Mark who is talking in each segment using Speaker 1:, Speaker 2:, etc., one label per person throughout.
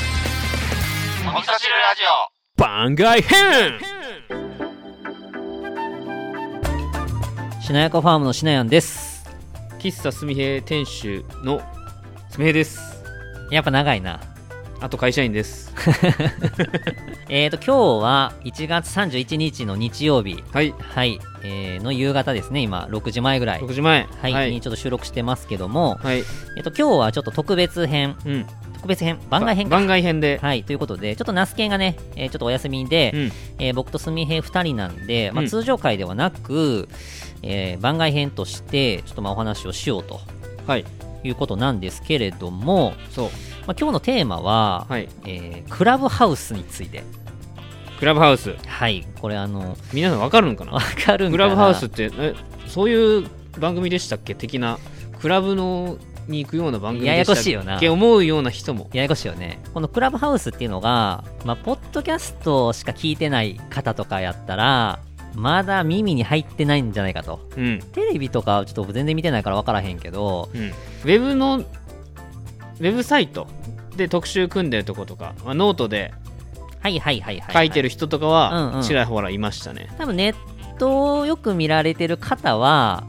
Speaker 1: お味噌汁ラジオ
Speaker 2: 番外編
Speaker 3: しなやかファームのしなやんです
Speaker 2: 喫茶すみへい店主のすみへいです
Speaker 3: やっぱ長いな
Speaker 2: あと会社員です
Speaker 3: えーと今日は1月31日の日曜日
Speaker 2: はい
Speaker 3: はい、えーの夕方ですね今6時前ぐらい
Speaker 2: 6時前
Speaker 3: はい、にちょっと収録してますけども、
Speaker 2: はい
Speaker 3: えっと今日はちょっと特別編
Speaker 2: うん
Speaker 3: 特別編番外編か
Speaker 2: 番外編で
Speaker 3: はいということでちょっとナスケがね、えーちょっとお休みで、
Speaker 2: うん
Speaker 3: えー僕とすみへい2人なんで、ま
Speaker 2: う
Speaker 3: あ、
Speaker 2: ん
Speaker 3: 通常回ではなく、えー番外編としてちょっとまあお話をしようと
Speaker 2: はい
Speaker 3: いうことなんですけれども、
Speaker 2: そう
Speaker 3: まあ、今日のテーマは、
Speaker 2: はい
Speaker 3: えークラブハウスについて
Speaker 2: クラブハウス
Speaker 3: はいこれあの
Speaker 2: 皆さんわかるのかな
Speaker 3: わかるん
Speaker 2: ク
Speaker 3: かな
Speaker 2: ラブハウスってえそういう番組でしたっけ的なクラブのに行くような番組
Speaker 3: や
Speaker 2: で
Speaker 3: やこしい
Speaker 2: し
Speaker 3: よ
Speaker 2: た
Speaker 3: な
Speaker 2: っけ思うような人も
Speaker 3: ややこしいよねこのクラブハウスっていうのが、まあ、ポッドキャストしか聞いてない方とかやったらまだ耳に入ってないんじゃないかと
Speaker 2: うん
Speaker 3: テレビとかちょっと全然見てないから分からへんけど
Speaker 2: うん、ウェブのウェブサイトで特集組んでるとことか、まあ、ノートで
Speaker 3: はいはいはいはい、
Speaker 2: 書いてる人とかは、
Speaker 3: うんうん
Speaker 2: ちらほらいましたね、
Speaker 3: 多分ネットをよく見られてる方は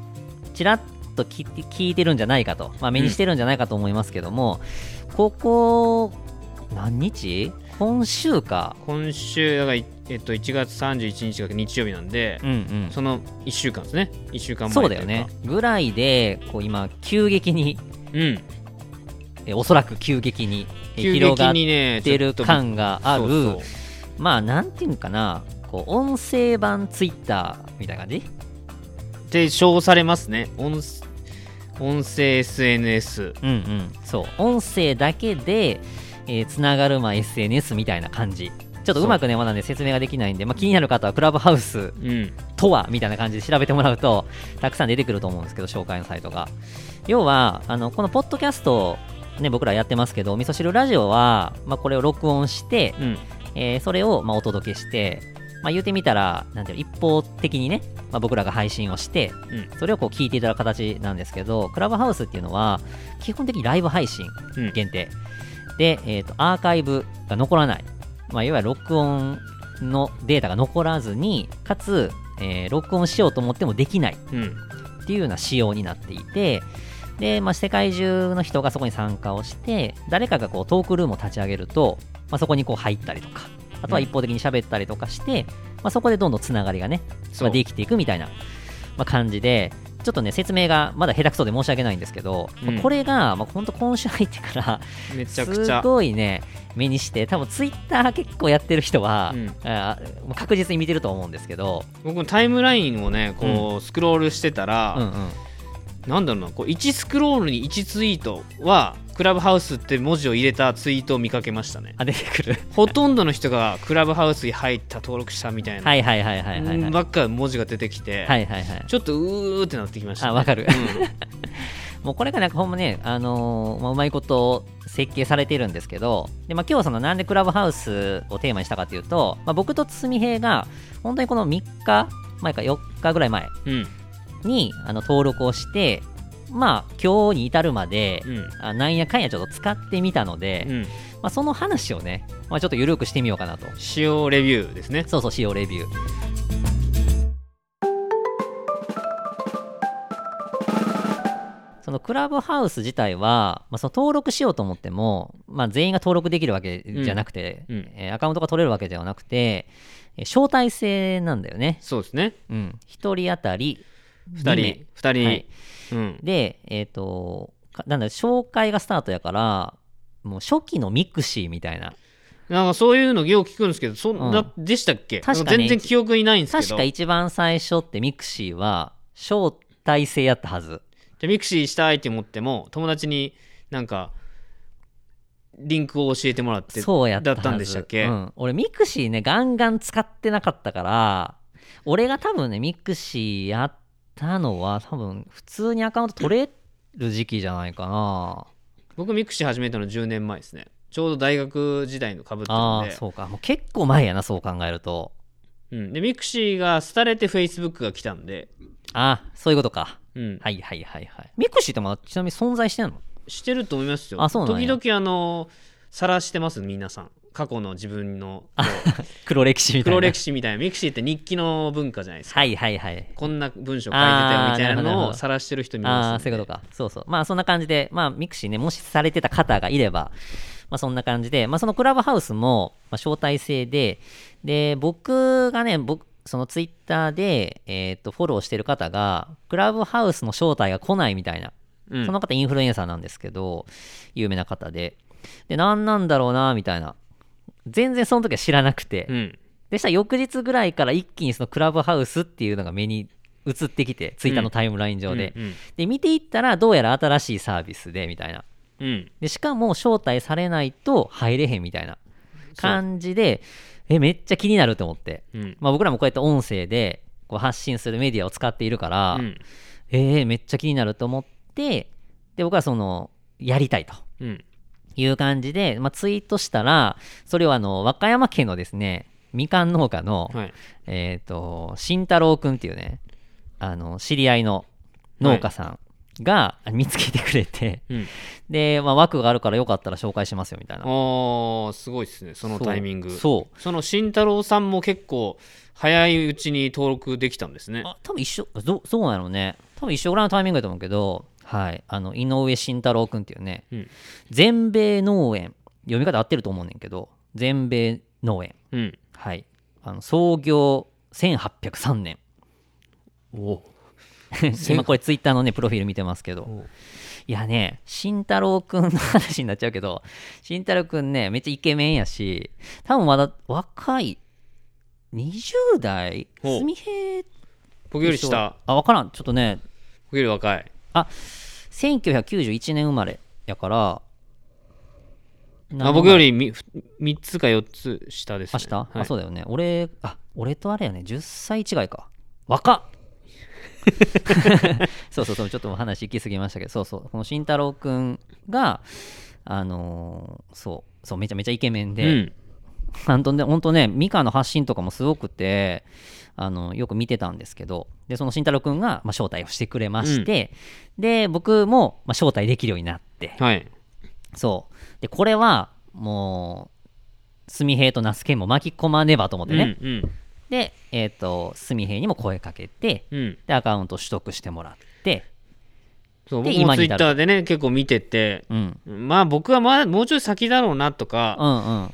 Speaker 3: ちらっと聞いて聞いてるんじゃないかと、まあ、目にしてるんじゃないかと思いますけども、ここ何日今週か
Speaker 2: 今週だから、いえっと、1月31日が日曜日なんで、
Speaker 3: うんうん
Speaker 2: その1週間ですね1週間前
Speaker 3: そうだよねぐらいでこう今急激に
Speaker 2: というか
Speaker 3: えおそらく急激に
Speaker 2: うん
Speaker 3: え
Speaker 2: 急
Speaker 3: 広が
Speaker 2: 激
Speaker 3: っ
Speaker 2: にね
Speaker 3: てる
Speaker 2: ちょっと
Speaker 3: 感がある
Speaker 2: そうそう
Speaker 3: まあなんていうんかなこう音声版ツイッターみたいな感じ
Speaker 2: で称されますね音声音声 SNS
Speaker 3: うんうんそう音声だけでえーつながるまあ SNS みたいな感じちょっとうまくねまだね説明ができないんで、まあ、気になる方はクラブハウス
Speaker 2: うん
Speaker 3: とはみたいな感じで調べてもらうとたくさん出てくると思うんですけど紹介のサイトが要はあのこのポッドキャストね、僕らやってますけど、お味噌汁ラジオは、まあ、これを録音して、
Speaker 2: うん
Speaker 3: えーそれを、まあ、お届けして、まあ、言うてみたら、なんていうの一方的にね、まあ、僕らが配信をして、
Speaker 2: うん
Speaker 3: それをこう聞いていただく形なんですけど、クラブハウスっていうのは、基本的にライブ配信
Speaker 2: うん
Speaker 3: 限定。で、えっ、と、アーカイブが残らない。まあ、いわゆる録音のデータが残らずに、かつ、えー録音しようと思ってもできない。
Speaker 2: うん
Speaker 3: っていうような仕様になっていて、で、まあ、世界中の人がそこに参加をして、誰かがこうトークルームを立ち上げると、まあ、そこにこう入ったりとか、あとは
Speaker 2: うん
Speaker 3: 一方的に喋ったりとかして、まあ、そこでどんどんつながりがね、
Speaker 2: そ
Speaker 3: ま
Speaker 2: う
Speaker 3: あ、できていくみたいな、まあ、感じで、ちょっとね、説明がまだ下手くそで申し訳ないんですけど、まあ
Speaker 2: うん
Speaker 3: これが、まあ、本当今週入ってから、
Speaker 2: めちゃくち
Speaker 3: す
Speaker 2: ゃ
Speaker 3: ごいね、目にして、多分ツイッター結構やってる人は、
Speaker 2: うん
Speaker 3: あーもう確実に見てると思うんですけど、
Speaker 2: 僕もタイムラインをねこうスクロールしてたら、
Speaker 3: うんうん、
Speaker 2: なんだろうなこう1スクロールに1ツイートはクラブハウスって文字を入れたツイートを見かけましたね
Speaker 3: あ出てくる。
Speaker 2: ほとんどの人がクラブハウスに入った登録したみたいな、
Speaker 3: はいはいはいはいはい、はい。
Speaker 2: ばっか文字が出てきて、
Speaker 3: はいはいはい。
Speaker 2: ちょっとうーってなってきました、
Speaker 3: あ、わかる。
Speaker 2: う
Speaker 3: もうこれがなんかほんまね、あのーまあ、うまいこと設計されてるんですけど、で、まあ、今日はそのなんでクラブハウスをテーマにしたかというと、まあ、僕と堤平が、本当にこの3日前か4日ぐらい前
Speaker 2: んうん
Speaker 3: に、あの、登録をして、まあ、今日に至るまで、
Speaker 2: うん
Speaker 3: あなんやかんやちょっと使ってみたので、
Speaker 2: うん
Speaker 3: まあ、その話をね、まあ、ちょっと緩くしてみようかなと。
Speaker 2: 使用レビューですね
Speaker 3: そうそう、使用レビュー。そのクラブハウス自体は、まあ、その登録しようと思っても、まあ、全員が登録できるわけじゃなくて、
Speaker 2: うんうん
Speaker 3: えーアカウントが取れるわけではなくて、えー招待制なんだよね。
Speaker 2: そうですね
Speaker 3: うん、1人当たり
Speaker 2: 2人2人、
Speaker 3: はい
Speaker 2: うん、
Speaker 3: で、えっ、と、かなんだ紹介がスタートやから、もう初期のミクシーみたいな。
Speaker 2: なんかそういうのよく聞くんですけどそんな、
Speaker 3: うん
Speaker 2: でしたっけ
Speaker 3: 確かね
Speaker 2: 全然記憶にないんですけど
Speaker 3: 確か一番最初ってミクシーは招待制やったはず。
Speaker 2: でミクシーしたいって思っても友達になんかリンクを教えてもらって
Speaker 3: そうやったはず
Speaker 2: だったんでしたっけ
Speaker 3: うん、俺ミクシーねガンガン使ってなかったから俺が多分ねミクシーやったのは多分普通にアカウント取れる時期じゃないかな
Speaker 2: 僕ミクシー始めたの10年前ですねちょうど大学時代のかぶって
Speaker 3: あ
Speaker 2: るん
Speaker 3: あ
Speaker 2: で
Speaker 3: そうかもう結構前やなそう考えると
Speaker 2: うん、でミクシーが廃れてフェイスブックが来たんで
Speaker 3: あそういうことか
Speaker 2: うん、
Speaker 3: はいはいはいはい。ミクシーってまだちなみに存在してんの
Speaker 2: してると思いますよ
Speaker 3: あそうなんや
Speaker 2: 時々あの晒してます皆さん過去の自分の
Speaker 3: 黒歴史みたいな。
Speaker 2: 黒歴史みたいなミクシーって日記の文化じゃないですか
Speaker 3: はいはいはい。
Speaker 2: こんな文章書いてたよみたいな
Speaker 3: あーなるほどなる
Speaker 2: のを
Speaker 3: ほど
Speaker 2: 晒してる人見
Speaker 3: あ
Speaker 2: ま
Speaker 3: あ、
Speaker 2: す
Speaker 3: そういうことか。そうそう。まあそんな感じで、まあミクシーね、もしされてた方がいれば、まあそんな感じで、まあそのクラブハウスも、まあ、招待制で、で、僕がね、僕、そのツイッターで、えーっと、フォローしてる方が、クラブハウスの招待が来ないみたいな、
Speaker 2: うん
Speaker 3: その方インフルエンサーなんですけど、有名な方で、で、何なんだろうな、みたいな。全然その時は知らなくて、
Speaker 2: うん
Speaker 3: でしたら翌日ぐらいから一気にそのクラブハウスっていうのが目に映ってきてツイッターのタイムライン上で、
Speaker 2: うん
Speaker 3: で見ていったらどうやら新しいサービスでみたいな
Speaker 2: うんうん
Speaker 3: でしかも招待されないと入れへんみたいな感じでえめっちゃ気になると思って、
Speaker 2: うん
Speaker 3: まあ、僕らもこうやって音声でこう発信するメディアを使っているから、
Speaker 2: うん
Speaker 3: えーめっちゃ気になると思ってで僕はそのやりたいと
Speaker 2: うん
Speaker 3: いう感じで、まあ、ツイートしたらそれをあの和歌山県のですねみかん農家の、
Speaker 2: はい
Speaker 3: えっ、と、慎太郎くんっていうね、あの、知り合いの農家さんがあ見つけてくれて、
Speaker 2: うん
Speaker 3: で、まあ、枠があるからよかったら紹介しますよみたいな。
Speaker 2: ああすごいですねそのタイミング
Speaker 3: そうそう。
Speaker 2: その慎太郎さんも結構早いうちに登録できたんですね
Speaker 3: あ多分一緒、どそうなのね。多分一緒ぐらいのタイミングだと思うけど、はい。あの、井上慎太郎くんっていうね、
Speaker 2: うん
Speaker 3: 全米農園、読み方合ってると思うねんけど、全米農園、
Speaker 2: うん
Speaker 3: はい。あの創業1803年。
Speaker 2: お
Speaker 3: 今これツイッターのねプロフィール見てますけどいやね慎太郎くんの話になっちゃうけど慎太郎くんねめっちゃイケメンやし多分まだ若い20代
Speaker 2: ほう
Speaker 3: すみへ
Speaker 2: 僕より下
Speaker 3: あ分からんちょっとね
Speaker 2: 僕より若い
Speaker 3: 1991年生まれやから
Speaker 2: あ僕よりみ3つか4つ下です、
Speaker 3: 明
Speaker 2: ね、
Speaker 3: 日、
Speaker 2: はい
Speaker 3: あそうだよね俺あ俺とあれやね10歳違いか若っ そうそうそうちょっとお話行き過ぎましたけどそうそうこの慎太郎くんがあのーそうそうめちゃめちゃイケメンで、
Speaker 2: うん
Speaker 3: 本当ね本当ねミカの発信とかもすごくてあのよく見てたんですけどでその慎太郎くんが、まあ、招待をしてくれまして、で僕も、まあ、招待できるようになって
Speaker 2: はい
Speaker 3: そうでこれはもう純平と那須健も巻き込まねばと思ってね、
Speaker 2: うん
Speaker 3: で、えー、と純平にも声かけて
Speaker 2: うんうん
Speaker 3: でアカウント取得してもらって、
Speaker 2: そう
Speaker 3: で
Speaker 2: 僕も
Speaker 3: 今
Speaker 2: ツ
Speaker 3: に
Speaker 2: イ
Speaker 3: 至
Speaker 2: ッ
Speaker 3: る
Speaker 2: ターでね結構見てて
Speaker 3: うん、うん
Speaker 2: まあ僕はまだもうちょい先だろうなと
Speaker 3: う
Speaker 2: か
Speaker 3: んうん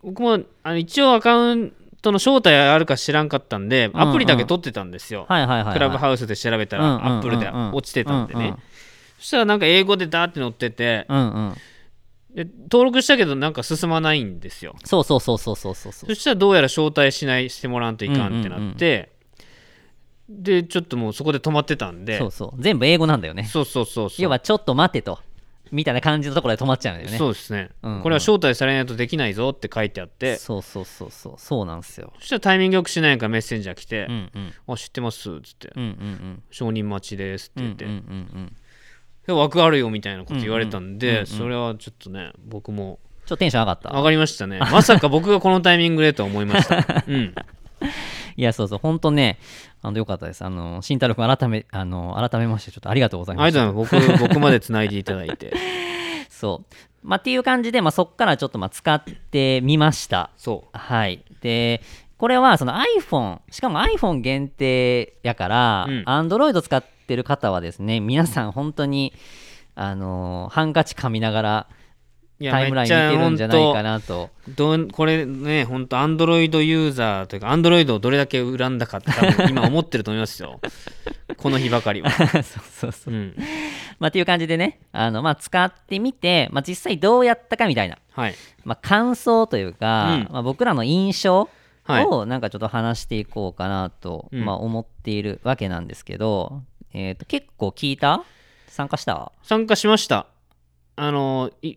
Speaker 2: 僕もあの一応アカウントの正体あるか知らんかったんで
Speaker 3: んうん
Speaker 2: アプリだけ取ってたんですよ、
Speaker 3: はいはいはい、
Speaker 2: クラブ
Speaker 3: ウ
Speaker 2: ハウスで調べた
Speaker 3: うんうんうんうん
Speaker 2: らアップルで落ちてたんでね、そしたらなんか英語でダーって載ってて
Speaker 3: うんうん、うんうん、
Speaker 2: で登録したけどなんか進まないんですよ
Speaker 3: そうそうそうそうそうそうそ
Speaker 2: そ
Speaker 3: う
Speaker 2: したらどうやら招待しないしてもらわんといかんってなって、でちょっともうそこで止まってたんで
Speaker 3: そうそう全部英語なんだよね
Speaker 2: そうそうそうそう
Speaker 3: 要はちょっと待てとみたいな感じのところで止まっちゃうんだよね
Speaker 2: そうですね、
Speaker 3: うんうん
Speaker 2: これは招待されないとできないぞって書いてあって
Speaker 3: そうそうそうそうそうなんですよ
Speaker 2: そしたらタイミングよくしないからメッセンジャー来て「
Speaker 3: うんうん
Speaker 2: あ知ってます」っつって
Speaker 3: うんうん
Speaker 2: 「承認待ちです」って
Speaker 3: うんうんうん
Speaker 2: 言
Speaker 3: う
Speaker 2: っ
Speaker 3: ん
Speaker 2: て「
Speaker 3: うん
Speaker 2: で枠あるよ」みたいなこと言われたんで、
Speaker 3: うんうんうんうん
Speaker 2: それはちょっとね僕も
Speaker 3: ちょっとテンション上がった
Speaker 2: 上がりましたねまさか僕がこのタイミングでとは思いま した、うん、
Speaker 3: いや、そうそう、本当ね、あの、よかったです。あの、慎太郎くん、改め、あの、改めまして、ちょっとありがとうござい
Speaker 2: あ
Speaker 3: ま
Speaker 2: り
Speaker 3: し
Speaker 2: が
Speaker 3: た。
Speaker 2: とうございます僕僕までつないでいただい て
Speaker 3: そう。まあ、っていう感じで、まあ、そっからちょっと、まあ、使ってみました。
Speaker 2: そう
Speaker 3: はい。で、これは、その iPhone、しかも iPhone 限定やから、
Speaker 2: うん
Speaker 3: Android 使ってる方はですね、皆さん本当に、あの、ハンカチ噛みながら、
Speaker 2: いや
Speaker 3: タイムライン見てるんじゃないかなと。
Speaker 2: どんこれね、本当アンドロイドユーザーというか、アンドロイドをどれだけ恨んだかって、多分今思ってると思いますよ、 この日ばかりは。
Speaker 3: そうそうそうう。
Speaker 2: ん、
Speaker 3: まあ、っていう感じでね、あの、まあ、使ってみて、まあ、実際どうやったかみたいな。
Speaker 2: はい、
Speaker 3: まあ、感想というか、
Speaker 2: うん
Speaker 3: まあ、僕らの印象
Speaker 2: はい
Speaker 3: をなんかちょっと話していこうかなと、
Speaker 2: うん
Speaker 3: まあ、思っているわけなんですけど、えー、と結構聞いた参加した
Speaker 2: 参加しました。あのい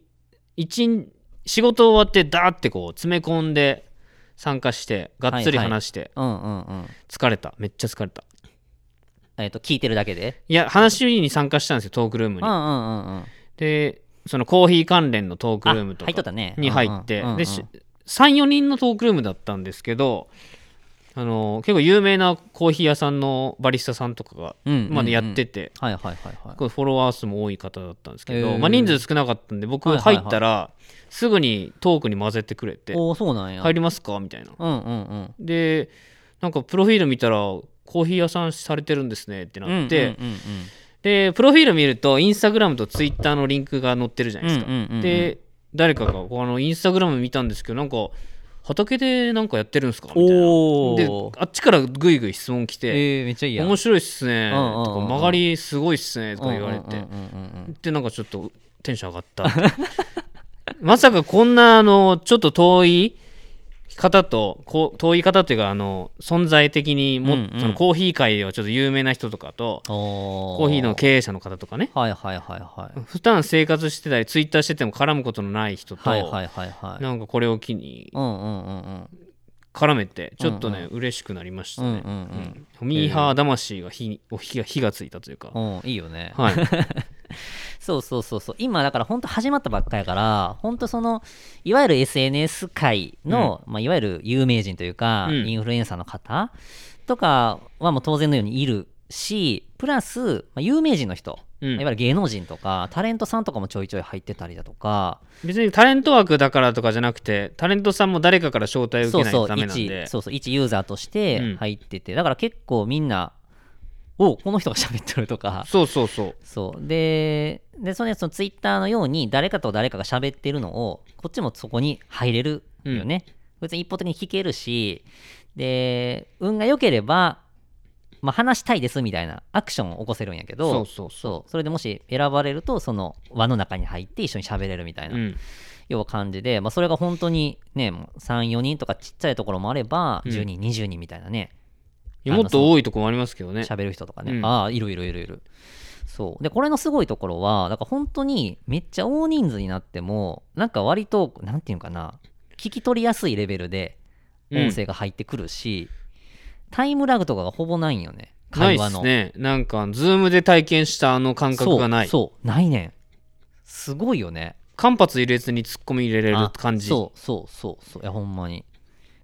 Speaker 2: 一日仕事終わって、だーってこう詰め込んで参加して、がっつり
Speaker 3: はいはい
Speaker 2: 話して、
Speaker 3: うんうんうん、
Speaker 2: 疲れた、めっちゃ疲れた。
Speaker 3: えー、と聞いてるだけで
Speaker 2: いや、話に参加したんですよ、トークルーム
Speaker 3: うんう
Speaker 2: に。
Speaker 3: んうんうん
Speaker 2: で、そのコーヒー関連のトーク
Speaker 3: あ
Speaker 2: ルームと
Speaker 3: 入っとっ
Speaker 2: か
Speaker 3: たね
Speaker 2: に入って、
Speaker 3: うんうんうんうん
Speaker 2: でし34人のトークルームだったんですけどあの結構有名なコーヒー屋さんのバリスタさんとかが
Speaker 3: うんうんうん
Speaker 2: までやってて、
Speaker 3: はいはいはいはい
Speaker 2: これフォロワー数も多い方だったんですけど、
Speaker 3: へー
Speaker 2: まあ、人数少なかったんで僕
Speaker 3: はいは
Speaker 2: 入
Speaker 3: いはい
Speaker 2: ったらすぐにトークに混ぜてくれて
Speaker 3: おおそうな
Speaker 2: 「
Speaker 3: んや
Speaker 2: 入りますか?」みたいな。
Speaker 3: うんうんうん
Speaker 2: でなんかプロフィール見たら「コーヒー屋さんされてるんですね」ってなって、
Speaker 3: うんうん
Speaker 2: でプロフィール見るとインスタグラムとツイッターのリンクが載ってるじゃないですか。
Speaker 3: うんうんうんうん
Speaker 2: で誰かがこうあのインスタグラム見たんですけどなんか畑でなんかやってるんですかみたいな。
Speaker 3: お
Speaker 2: で
Speaker 3: お
Speaker 2: あっちからぐいぐい質問来て。
Speaker 3: えー、めっちゃいいやん
Speaker 2: 面白いっすね」
Speaker 3: うんうんうん
Speaker 2: とか「曲がりすごいっすね」とか言われ
Speaker 3: うん
Speaker 2: て
Speaker 3: うんうんうんうん
Speaker 2: でなんかちょっとテンション上がった まさかこんなあのちょっと遠い方とこう遠い方というかあの存在的にも、
Speaker 3: うんうん
Speaker 2: そのコーヒー界ではちょっと有名な人とかと
Speaker 3: お
Speaker 2: コーヒーの
Speaker 3: 営
Speaker 2: 経営者の方とかね
Speaker 3: はいはいはいはい
Speaker 2: 普段生活してたりツイッターしてても絡むことのない人と、
Speaker 3: はいはいはいはい
Speaker 2: なんかこれを機に
Speaker 3: うんうんうんうん
Speaker 2: 絡めてちょっとね、嬉しくなりました
Speaker 3: うんうん
Speaker 2: ね、うんミーハー魂が火にお火が火がついたというか、
Speaker 3: うんうんいいよね
Speaker 2: はい
Speaker 3: そうそうそうそう今だから本当始まったばっかやから本当そのいわゆる SNS 界の、まあ、いわゆる有名人というか、
Speaker 2: うん
Speaker 3: インフルエンサーの方とかはもう当然のようにいるしプラス、まあ、有名人の人、
Speaker 2: うん
Speaker 3: いわゆる芸能人とかタレントさんとかもちょいちょい入ってたりだとか
Speaker 2: 別にタレント枠だからとかじゃなくてタレントさんも誰かから招待を受
Speaker 3: そ
Speaker 2: け
Speaker 3: う
Speaker 2: ない
Speaker 3: そ
Speaker 2: と
Speaker 3: う
Speaker 2: ダメなん
Speaker 3: 一
Speaker 2: で
Speaker 3: そうそう一ユーザーとして
Speaker 2: うん
Speaker 3: 入ってて、だから結構みんなおこの人が喋ってるとか
Speaker 2: そうそうそう
Speaker 3: そうででそれそのツイッターのように誰かと誰かが喋ってるのをこっちもそこに入れるよね、別に一方的に聞けるしで運が良ければ、まあ、話したいですみたいなアクションを起こせるんやけど
Speaker 2: そうそうそう
Speaker 3: そうそれでもし選ばれるとその輪の中に入って一緒に喋れるみたいな、
Speaker 2: うん
Speaker 3: 要は感じで、まあ、それが本当にね34人とかちっちゃいところもあれば、
Speaker 2: うん
Speaker 3: 10人20人みたいなね
Speaker 2: いやもっと多いとこもありますけどね
Speaker 3: 喋る人とかね、
Speaker 2: うん
Speaker 3: ああいるいるいるいるそうでこれのすごいところはだから本当にめっちゃ大人数になってもなんか割となんていうのかな聞き取りやすいレベルで
Speaker 2: うん
Speaker 3: 音声が入ってくるし、タイムラグとかがほぼないんよね
Speaker 2: ない
Speaker 3: 会
Speaker 2: っ
Speaker 3: 話
Speaker 2: す
Speaker 3: の
Speaker 2: ねなんかズームで体験したあの感覚がない
Speaker 3: そうそうないねんすごいよね
Speaker 2: 間髪入れずにツッコミ入れれる
Speaker 3: あ
Speaker 2: 感じ
Speaker 3: そうそうそうそういやほんまに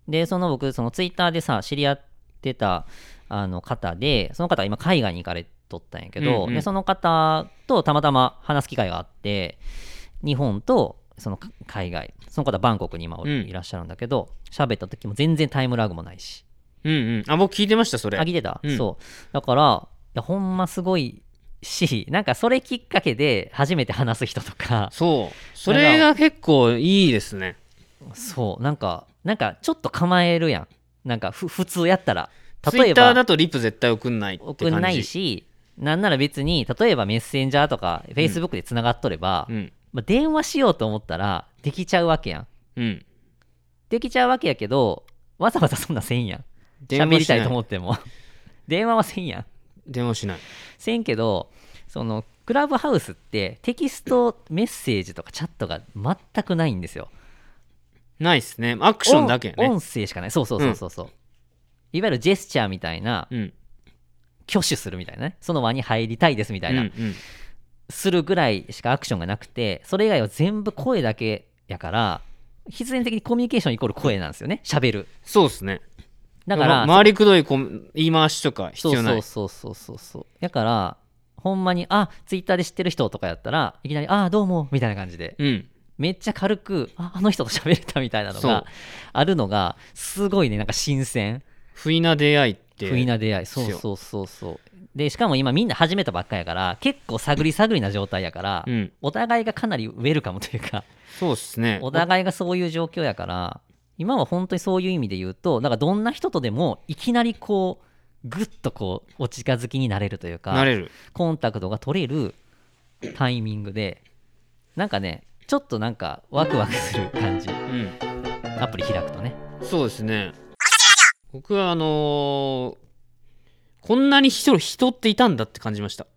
Speaker 3: でその僕そのツイッターでさ知り合ってたあの方でその方が今海外に行かれとったんやけど、
Speaker 2: うんうん
Speaker 3: でその方とたまたま話す機会があって日本とそのか海外その方バンコクに今
Speaker 2: うん
Speaker 3: いらっしゃるんだけど喋、った時も全然タイムラグもないし
Speaker 2: うんうんあ僕聞いてましたそれ
Speaker 3: あ聞いてた、
Speaker 2: うん
Speaker 3: そうだからいやほんますごいしなんかそれきっかけで初めて話す人とか
Speaker 2: そうそれが結構いいですね
Speaker 3: そうなんかなんかちょっと構えるやんなんかふ普通やったら
Speaker 2: ツ
Speaker 3: 例
Speaker 2: イ
Speaker 3: え
Speaker 2: ッター
Speaker 3: ば
Speaker 2: だとリプ絶対送んないって感じ
Speaker 3: 送んないしなんなら別に例えばメッセンジャーとかフェイスブックでつながっとれば、
Speaker 2: うん
Speaker 3: まあ、電話しようと思ったらできちゃうわけやん
Speaker 2: うん
Speaker 3: できちゃうわけやけどわざわざそんなせんやん
Speaker 2: 電
Speaker 3: 喋
Speaker 2: 話
Speaker 3: り
Speaker 2: したない
Speaker 3: いと思っても 電話はせんやん
Speaker 2: 電話しない
Speaker 3: せんけどそのクラブハウスってテキストメッセージとかチャットが全くないんですよ
Speaker 2: ないっすねアクションだけ
Speaker 3: 音
Speaker 2: ね
Speaker 3: 音声しかないそうそうそうそうそう、いわゆるジェスチャーみたいな
Speaker 2: うん
Speaker 3: 挙手するみたいなねその輪に入りたいですみたいな、
Speaker 2: うんうん
Speaker 3: するぐらいしかアクションがなくてそれ以外は全部声だけやから必然的にコミュニケーションイコール声なんですよね喋る
Speaker 2: そうっすね
Speaker 3: だか
Speaker 2: ま
Speaker 3: ら
Speaker 2: 回りくどいこん言い回しとか必要ない
Speaker 3: そうそうそうそうそうそうだからほんまにあツイッターで知ってる人とかやったらいきなり「ああどうも」みたいな感じで
Speaker 2: うん
Speaker 3: めっちゃ軽くああの人と喋れたみたいなの
Speaker 2: そう
Speaker 3: があるのがすごいねなんか新鮮
Speaker 2: 不意な出会いって
Speaker 3: 不意な出会いそう
Speaker 2: です
Speaker 3: そうそうそうでしかも今みんな始めたばっかやから結構探り探りな状態やから、
Speaker 2: うん
Speaker 3: お互いがかなりウェルカムという か
Speaker 2: そうっすね
Speaker 3: お互いがそういう状況やから今は本当にそういう意味で言うとなんかどんな人とでもいきなりこうぐっとこうお近づきになれるというか
Speaker 2: なれる
Speaker 3: コンタクトが取れるタイミングでなんかねちょっとなんかワクワクする感じ
Speaker 2: うん
Speaker 3: アプリ開くとね
Speaker 2: そうですね僕はあのーこんなに人人っていたんだって感じました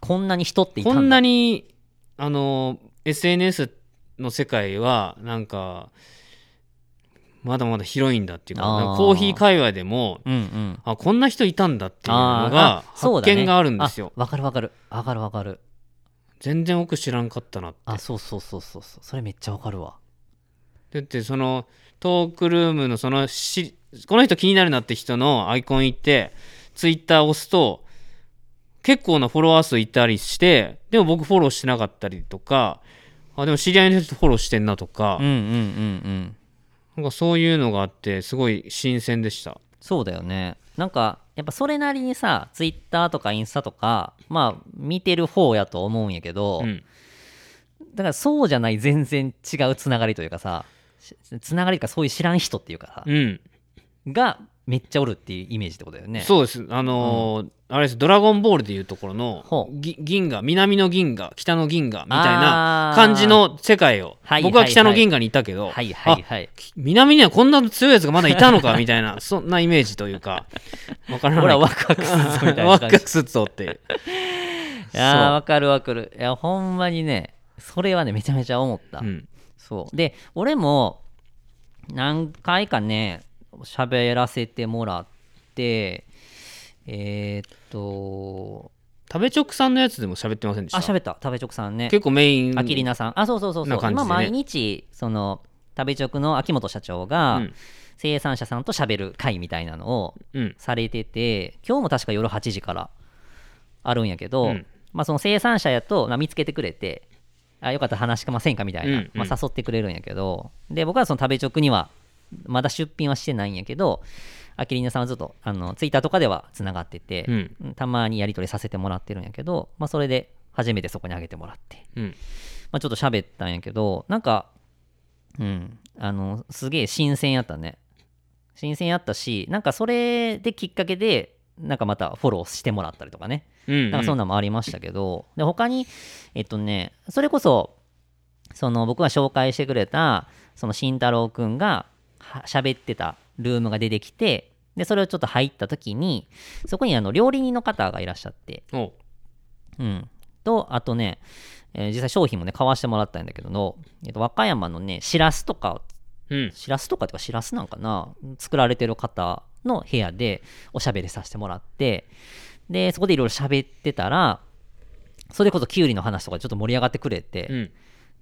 Speaker 3: こんなに人っていたん
Speaker 2: こ
Speaker 3: だ
Speaker 2: んなにあのー SNS の世界はなんかまだまだ広いんだっていうか
Speaker 3: あー
Speaker 2: なんかコーヒー界隈でも
Speaker 3: うんうん
Speaker 2: あこんな人いたんだっていうのが
Speaker 3: あーあそ
Speaker 2: 発
Speaker 3: うだね
Speaker 2: 見があるんですよ、
Speaker 3: あわかるわかるわかるわかる
Speaker 2: 全然奥知らんかったなって
Speaker 3: あそうそうそうそうそうそれめっちゃわかるわ
Speaker 2: だってそのトークルームのそのしこの人気になるなって人のアイコン行ってツイッター押すと結構なフォロワー数いたりしてでも僕フォローしてなかったりとかあでも知り合いの人フォローしてんなとか、
Speaker 3: うんうんうんうん
Speaker 2: なんかそういうのがあってすごい新鮮でした
Speaker 3: そうだよねなんかやっぱそれなりにさツイッターとかインスタとかまあ見てる方やと思うんやけど、
Speaker 2: うん
Speaker 3: だからそうじゃない全然違うつながりというかさしつながりとかそういう知らん人っていうかさ、
Speaker 2: うん
Speaker 3: がめっちゃおるっていうイメージってことだよね
Speaker 2: そうですあのーあれです「ドラゴンボール」でいうところの
Speaker 3: ほ
Speaker 2: ぎ銀河南の銀河北の銀河みたい
Speaker 3: あ
Speaker 2: な
Speaker 3: ー
Speaker 2: 感じの世界を
Speaker 3: はい
Speaker 2: 僕は
Speaker 3: はい
Speaker 2: 北の
Speaker 3: はい
Speaker 2: 銀河にいたけど、
Speaker 3: はいはいはい
Speaker 2: き南にはこんな強いやつがまだいたのかみたいな そんなイメージという かわからない
Speaker 3: ほらワクワクするぞ みたい
Speaker 2: ワ
Speaker 3: な
Speaker 2: ク
Speaker 3: 感
Speaker 2: ワ
Speaker 3: じ
Speaker 2: クすっぞっていう
Speaker 3: いやーわかるわかるいやほんまにねそれはねめちゃめちゃ思った、
Speaker 2: うん
Speaker 3: そうで俺も何回かね喋らせてもらってえー、っと
Speaker 2: 食べ直さんのやつでも喋ってませんでし
Speaker 3: あ
Speaker 2: た
Speaker 3: 喋った食べ直さんね
Speaker 2: 結構メイン
Speaker 3: アキリナさんあそうそうそうそ
Speaker 2: な
Speaker 3: う、
Speaker 2: 感じで
Speaker 3: 今
Speaker 2: ね
Speaker 3: 毎日その食べ直の秋元社長が、
Speaker 2: うん
Speaker 3: 生産者さんと喋る会みたいなのを
Speaker 2: うん
Speaker 3: されてて今日も確か夜8時からあるんやけど、
Speaker 2: うん
Speaker 3: まあ、その生産者やと、まあ、見つけてくれてあよかったら話しませんかみたいな、
Speaker 2: うんうん
Speaker 3: まあ、誘ってくれるんやけどで僕はその食べ直にはまだ出品はしてないんやけどアキリーナさんはずっとあのツイッターとかではつながってて、
Speaker 2: うん
Speaker 3: たまにやり取りさせてもらってるんやけど、まあ、それで初めてそこにあげてもらって、
Speaker 2: うん
Speaker 3: まあ、ちょっと喋ったんやけどなんかうんあのすげえ新鮮やったね新鮮やったしなんかそれできっかけでなんかまたフォローしてもらったりとかね
Speaker 2: うん
Speaker 3: なんかそんなのもありましたけど、で他にえっとねそれこそその僕が紹介してくれたその慎太郎くんがは喋ってたルームが出てきてでそれをちょっと入った時にそこにあの料理人の方がいらっしゃって
Speaker 2: おう
Speaker 3: うん。と、あとね、えー実際商品もね、買わしてもらったんだけどの、えっと、和歌山のね、しらすとか、
Speaker 2: うん
Speaker 3: しらすとかっていうか、しらすなんかな、作られてる方の部屋でおしゃべりさせてもらって、で、そこでいろいろ喋ってたら、それこそキュウリの話とかちょっと盛り上がってくれて、
Speaker 2: うん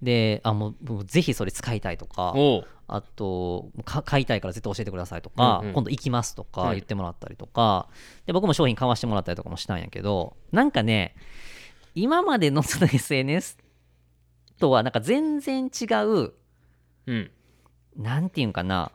Speaker 3: で、あ、もう、もうぜひそれ使いたいとか、
Speaker 2: おう
Speaker 3: あとか買いたいから絶対教えてくださいとか、
Speaker 2: うんうん
Speaker 3: 今度行きますとか
Speaker 2: はい
Speaker 3: 言ってもらったりとか、で僕も商品買わしてもらったりとかもしたんやけどなんかね今までのその SNS とはなんか全然違う
Speaker 2: うん
Speaker 3: なんていうんかな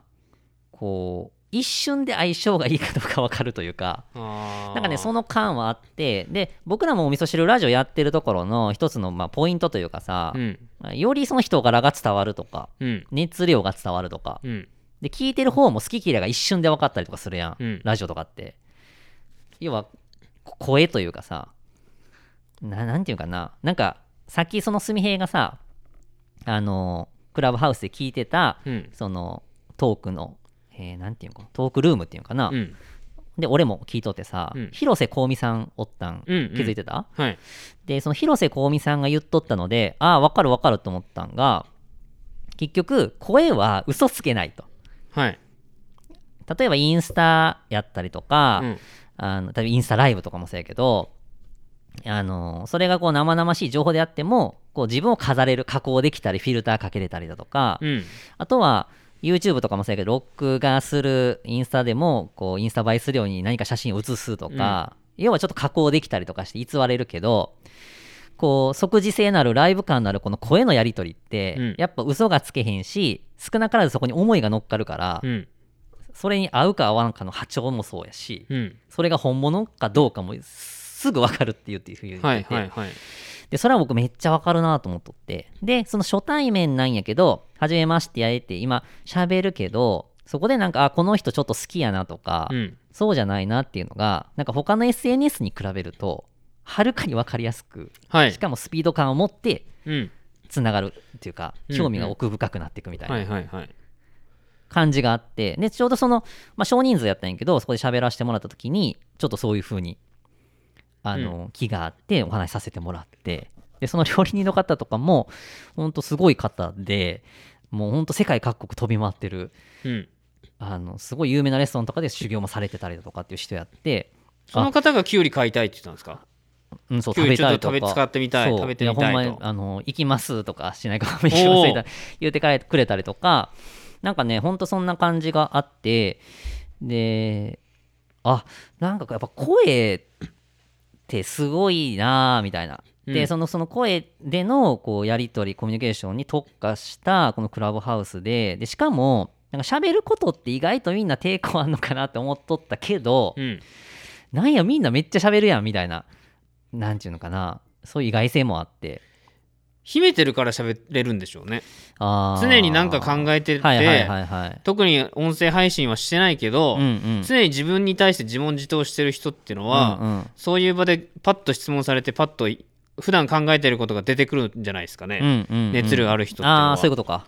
Speaker 3: こう一瞬で相性がいいかどうか分かるというか
Speaker 2: な
Speaker 3: なんかね、そ
Speaker 2: の
Speaker 3: の感はあって、で、僕らもお味噌汁ラジオやってるところの一つの、まあ、ポイントというかさ
Speaker 2: う、ん
Speaker 3: よりその人柄が伝わるとか、
Speaker 2: うん
Speaker 3: 熱量が伝わるとか、
Speaker 2: うん
Speaker 3: で聞いてる方も好き嫌いが一瞬で分かったりとかするやん、
Speaker 2: うん
Speaker 3: ラジオとかって要はこ声というかさななんていうかななんかさっきそのすみへいがさあのクラブハウスで聞いてた
Speaker 2: うん
Speaker 3: そのトークの、えーなんていうのトークルームっていうのかな、
Speaker 2: うん
Speaker 3: で俺も聞いとってさ、
Speaker 2: うん
Speaker 3: 広瀬香美さんおったん、
Speaker 2: うんうん
Speaker 3: 気づいてた
Speaker 2: はい
Speaker 3: でその広瀬香美さんが言っとったのでああ分かる分かると思ったんが結局声は嘘つけないと
Speaker 2: はい
Speaker 3: 例えばインスタやったりとか、
Speaker 2: うん
Speaker 3: あの例えばインスタライブとかもそうやけどあのそれがこう生々しい情報であってもこう自分を飾れる加工できたりフィルターかけれたりだとか、
Speaker 2: うん
Speaker 3: あとは YouTube とかもそうやけど録画するインスタでもこうインスタ映えするように何か写真を写すとか、要はちょっと加工できたりとかして偽れるけどこう即時性のあるライブ感のあるこの声のやり取りって、
Speaker 2: うん
Speaker 3: やっぱ嘘がつけへんし少なからずそこに思いが乗っかるから、
Speaker 2: うん
Speaker 3: それに合うか合わんかの波長もそうやし、
Speaker 2: うん
Speaker 3: それが本物かどうかもすぐ分かるっていうっていうふうに言って
Speaker 2: はい
Speaker 3: て
Speaker 2: はいはい
Speaker 3: でそれは僕めっちゃ分かるなと思っとってでその初対面なんやけど初めましてやれて今喋るけどそこでなんかあこの人ちょっと好きやなとか、
Speaker 2: うん
Speaker 3: そうじゃないなっていうのがなんか他の SNS に比べるとはるかに分かりやすく
Speaker 2: はい
Speaker 3: しかもスピード感を持って
Speaker 2: うん
Speaker 3: つながるっていうか
Speaker 2: うん
Speaker 3: 興味が奥深くなっていくみたいな
Speaker 2: はいはいはい
Speaker 3: 感じがあってでちょうどその、まあ、少人数やったんやけどそこで喋らせてもらった時にちょっとそういう風にあの、気があってお話しさせてもらってでその料理人の方とかもほんとすごい方でもうほんと世界各国飛び回ってる
Speaker 2: うん
Speaker 3: あのすごい有名なレストランとかで修行もされてたりだとかっていう人やって
Speaker 2: その方がキュウリ買いたいって言ったんですか
Speaker 3: うん、そう
Speaker 2: キュウ
Speaker 3: 食べ
Speaker 2: リちょ
Speaker 3: た
Speaker 2: っ
Speaker 3: い
Speaker 2: と
Speaker 3: と
Speaker 2: 食
Speaker 3: か
Speaker 2: べ使ってみたい
Speaker 3: そう
Speaker 2: 食べてみた
Speaker 3: やほ
Speaker 2: い
Speaker 3: んまに
Speaker 2: と
Speaker 3: あの行きますとかしないかもしれ ません
Speaker 2: おー
Speaker 3: 言うてくれたりとかなんかねほんとそんな感じがあってであなんかやっぱ声ってすごいなあみたいな。で、
Speaker 2: うん
Speaker 3: そのその声でのこうやり取りコミュニケーションに特化したこのクラブハウスででしかもなんか喋ることって意外とみんな抵抗あんのかなって思っとったけど、
Speaker 2: うん
Speaker 3: なんやみんなめっちゃ喋るやんみたいななんていうのかなそういう意外性もあって
Speaker 2: 秘めてるから喋れるんでしょうね
Speaker 3: あー
Speaker 2: 常に何か考えてて、
Speaker 3: はいはいはいはい、
Speaker 2: 特に音声配信はしてないけど、
Speaker 3: うんうん、
Speaker 2: 常に自分に対して自問自答してる人っていうのは、
Speaker 3: うんうん
Speaker 2: そういう場でパッと質問されてパッとい普段考えてることが出てくるんじゃないですかね、
Speaker 3: うんうんうん
Speaker 2: 熱量ある人っていうのは
Speaker 3: ああーそういうことか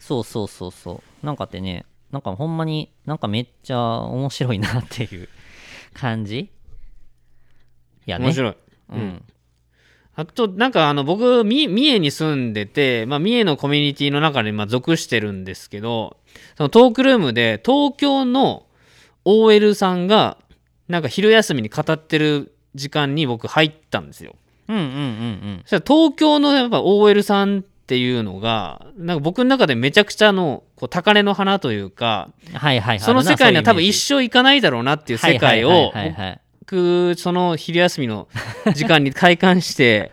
Speaker 3: そうそうそうそうなんかってねなんかほんまになんかめっちゃ面白いなっていう 感じいやね
Speaker 2: 面白い、
Speaker 3: うん、
Speaker 2: あとなんかあの僕み三重に住んでて、まあ、三重のコミュニティの中にまあ属してるんですけどそのトークルームで東京の OL さんがなんか昼休みに語ってる時間に僕入ったんですよ。
Speaker 3: うんうんうん
Speaker 2: そしたら東京のやっぱ OL さんっていうのがなんか僕の中でめちゃくちゃのこう高嶺の花というか
Speaker 3: うんはいはいはい
Speaker 2: その世界には多分一生行かないだろうなっていう世界を
Speaker 3: はいはいはいはい
Speaker 2: 僕その昼休みの時間に体感して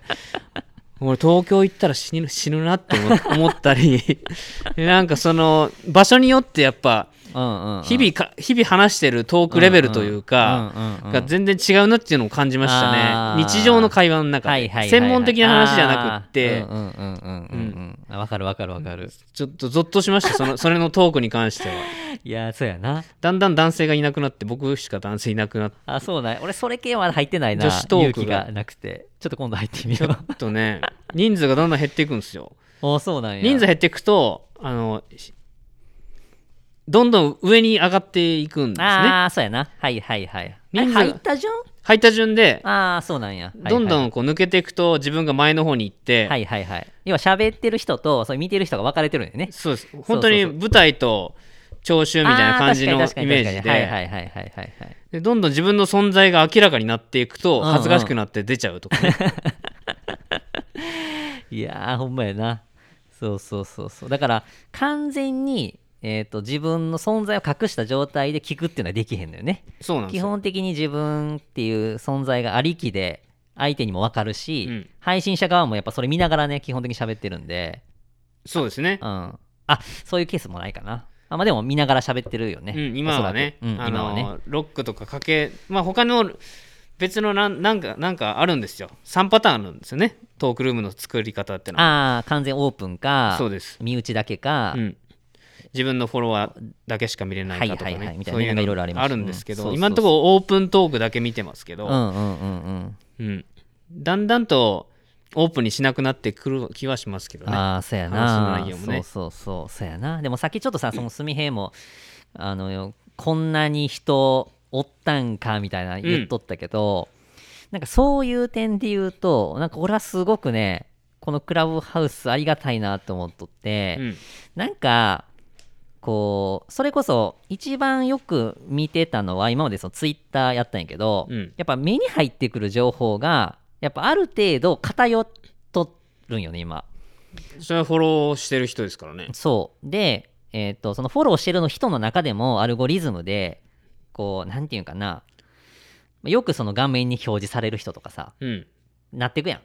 Speaker 2: 俺東京行ったら死ぬ死ぬなって思思ったり なんかその場所によってやっぱ
Speaker 3: うんうんうん
Speaker 2: 日々か日々話してるトークレベルというか
Speaker 3: うんうんうん
Speaker 2: が全然違うなっていうのを感じました
Speaker 3: あ
Speaker 2: ね
Speaker 3: ー
Speaker 2: 日常の会話の中
Speaker 3: はいは
Speaker 2: で
Speaker 3: いはいはい
Speaker 2: 専門的な話じゃなくって、
Speaker 3: あーうんうんうんうんうんうんわかるわかるわかる
Speaker 2: ちょっとゾッとしましたそのそれのトークに関しては
Speaker 3: いやーそうやな
Speaker 2: だんだん男性がいなくなって僕しか男性いなくなって
Speaker 3: あそうなんや俺それ系は入ってないな
Speaker 2: 女子トークが
Speaker 3: 勇気がなくてちょっと今度入ってみよう
Speaker 2: ちょっとね人数がどんどん減っていくんですよ
Speaker 3: おそうなんや
Speaker 2: 人数減っていくとあのしどんどん上に上がっていくんですね
Speaker 3: ああそうやなはいはいはい
Speaker 2: 人数
Speaker 3: あれ入った順
Speaker 2: 入った順で
Speaker 3: ああそうなんや、はいはい
Speaker 2: どんどんこう抜けていくと自分が前の方に行って、
Speaker 3: はいはいはい要は喋ってる人とそれ見てる人が分かれてるんだよね
Speaker 2: そうです本当に舞台と聴衆みたいな感じのイ
Speaker 3: あ
Speaker 2: メ
Speaker 3: 確かに確かに
Speaker 2: ージ
Speaker 3: はいは
Speaker 2: で
Speaker 3: いはいはいはいはい
Speaker 2: でどんどん自分の存在が明らかになっていくと
Speaker 3: うんうん
Speaker 2: 恥ずかしくなって出ちゃうとかね、
Speaker 3: いやーほんまやなそうそうそうそうだから完全にえー、と自分の存在を隠した状態で聞くっていうのはできへんのよね
Speaker 2: そうなんです
Speaker 3: 基
Speaker 2: よ
Speaker 3: 本的に自分っていう存在がありきで相手にも分かるし、
Speaker 2: うん
Speaker 3: 配信者側もやっぱそれ見ながらね基本的に喋ってるんで
Speaker 2: そうですね
Speaker 3: うん、あそういうケースもないかなあまあでも見ながら喋ってるよね、
Speaker 2: うん、今はね,、
Speaker 3: おそらくうん、
Speaker 2: あ
Speaker 3: 今
Speaker 2: の
Speaker 3: はね
Speaker 2: ロックとかかけ、まあ、他の別のなんなんかなんかあるんですよ3パターンあるんですよねトークルームの作り方ってのは
Speaker 3: ああ完全オープンか
Speaker 2: そうです、
Speaker 3: 身内だけか、
Speaker 2: うん、自分のフォロワーだけしか見れないかとかね、
Speaker 3: はいはいはいみたい
Speaker 2: そ
Speaker 3: な
Speaker 2: ういう
Speaker 3: ねなんか
Speaker 2: の
Speaker 3: いろいろあります
Speaker 2: あるんですけど、
Speaker 3: うんそうそうそう
Speaker 2: 今のところオープントークだけ見てますけ
Speaker 3: う
Speaker 2: ど、
Speaker 3: んうんうんうん
Speaker 2: うんだんだんとオープンにしなくなってくる気はしますけどね
Speaker 3: ああそうや
Speaker 2: 話
Speaker 3: な
Speaker 2: の内容もね
Speaker 3: そうそうそうそうやなでもさっきちょっとさその純平もあのこんなに人おったんかみたいな言っとったけど、なんかそういう点で言うとなんか俺はすごくねこのクラブハウスありがたいなと思っとって、
Speaker 2: うん
Speaker 3: なんかこうそれこそ一番よく見てたのは今までそのツイッターやったんやけど、
Speaker 2: うん
Speaker 3: やっぱ目に入ってくる情報がやっぱある程度偏っとるんよね今
Speaker 2: それはフォローしてる人ですからね
Speaker 3: そうで、えー、とそのフォローしてるの人の中でもアルゴリズムでこうなんていうんかなよくその画面に表示される人とかさ
Speaker 2: うんい
Speaker 3: なってくやん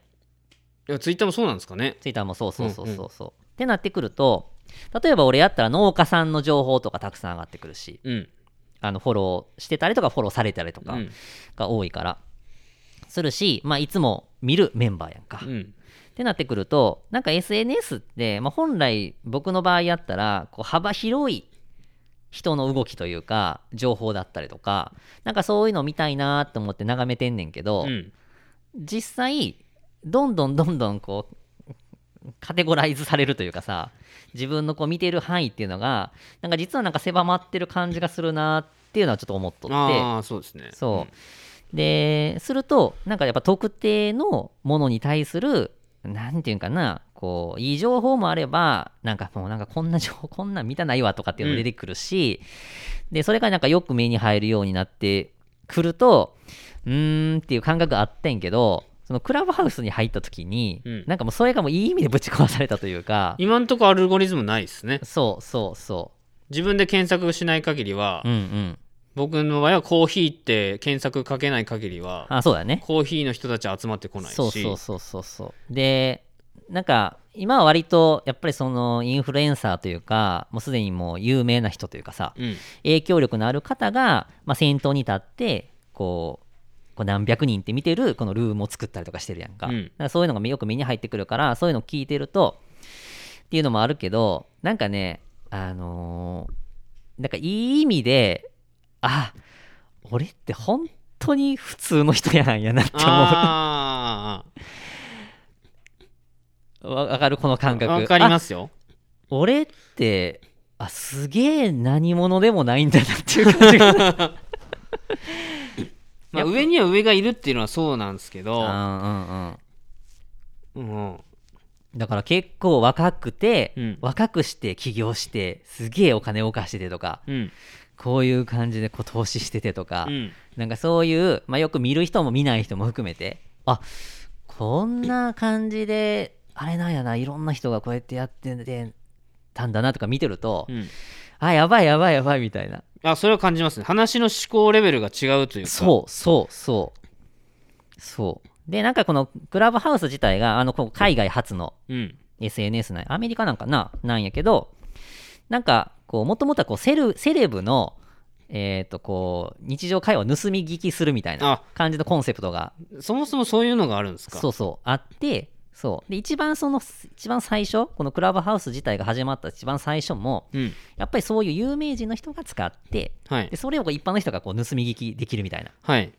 Speaker 2: やツイッターもそうなんですかね
Speaker 3: ツイッターもそうそうそう
Speaker 2: うんうん
Speaker 3: そうそう、ってなってくると例えば俺やったら農家さんの情報とかたくさん上がってくるし
Speaker 2: うん
Speaker 3: あのフォローしてたりとかフォローされたりと
Speaker 2: う
Speaker 3: か
Speaker 2: ん
Speaker 3: が多いから、するし、まあ、いつも見るメンバーやんか。
Speaker 2: う
Speaker 3: っ
Speaker 2: ん
Speaker 3: てなってくるとなんか SNS って、まあ、本来僕の場合やったらこう幅広い人の動きというか情報だったりとかなんかそういうの見たいなと思って眺めてんねんけど、
Speaker 2: うん
Speaker 3: 実際どんどんどんどんこうカテゴライズされるというかさ自分のこう見てる範囲っていうのがなんか実はなんか狭まってる感じがするなっていうのはちょっと思っとって
Speaker 2: ああそうですね
Speaker 3: そうでするとなんかやっぱ特定のものに対するなんていうんかなこういい情報もあればなんかもうなんかこんな情 報こんなん見たないわとかっていうのも出てくるし、でそれがなんかよく目に入るようになってくるとうーんっていう感覚があってんけどそのクラブハウスに入った時に、
Speaker 2: うん
Speaker 3: なんかもうそれがもういい意味でぶち壊されたというか
Speaker 2: 今のところアルゴリズムないですね
Speaker 3: そうそうそ
Speaker 2: 自分で検索しない限りは
Speaker 3: ううんうん
Speaker 2: 僕の場合はコーヒーって検索かけない限りは
Speaker 3: あそうだね
Speaker 2: コーヒーの人たちは集まってこないし
Speaker 3: そうそうそうそうそうでなんか今は割とやっぱりそのインフルエンサーというかもうすでにもう有名な人というかさ
Speaker 2: うん
Speaker 3: 影響力のある方が、まあ、先頭に立ってこうこう何百人って見てるこのルームを作ったりとかしてるやんか,、
Speaker 2: うん
Speaker 3: だからそういうのがよく目に入ってくるからそういうのを聞いてるとっていうのもあるけどなんかねあのーなんかいい意味であ俺って本当に普通の人やなんやなって思う
Speaker 2: あ
Speaker 3: わわかるこの感
Speaker 2: あ
Speaker 3: 覚
Speaker 2: わかりますよ
Speaker 3: あ俺ってあすげえ何者でもないんだなっていう感じが
Speaker 2: まあ、上には上がいるっていうのは そうなんですけど、
Speaker 3: うんうんうん
Speaker 2: うん、
Speaker 3: だから結構若くて、
Speaker 2: うん
Speaker 3: 若くして起業してすげえお金を貸しててとか
Speaker 2: うん、
Speaker 3: こういう感じでこう投資しててとか、
Speaker 2: うん、
Speaker 3: なんかそういう、まあ、よく見る人も見ない人も含めてあこんな感じであれなんやないろんな人がこうやってやってたんだなとか見てると、
Speaker 2: うん。
Speaker 3: あやばいやばいやばいみたいな
Speaker 2: あ、それは感じますね。話の思考レベルが違うというか。
Speaker 3: そうそうそうそうでなんかこのクラブハウス自体があのこう海外初の
Speaker 2: う。うん。
Speaker 3: SNS ないアメリカなんかななんやけどなんかこうもともとはこうセルセレブのえっ、とこう日常会話を盗み聞きするみたいな
Speaker 2: あ
Speaker 3: 感じのコンセプトが
Speaker 2: そもそもそういうのがあるんですか。
Speaker 3: そううそうあってそうで一番その一番最初このクラブハウス自体が始まった一番最初も
Speaker 2: うん。
Speaker 3: やっぱりそういう有名人の人が使って
Speaker 2: はい
Speaker 3: で。それをこう一般の人がこう盗み聞きできるみたいな
Speaker 2: はい。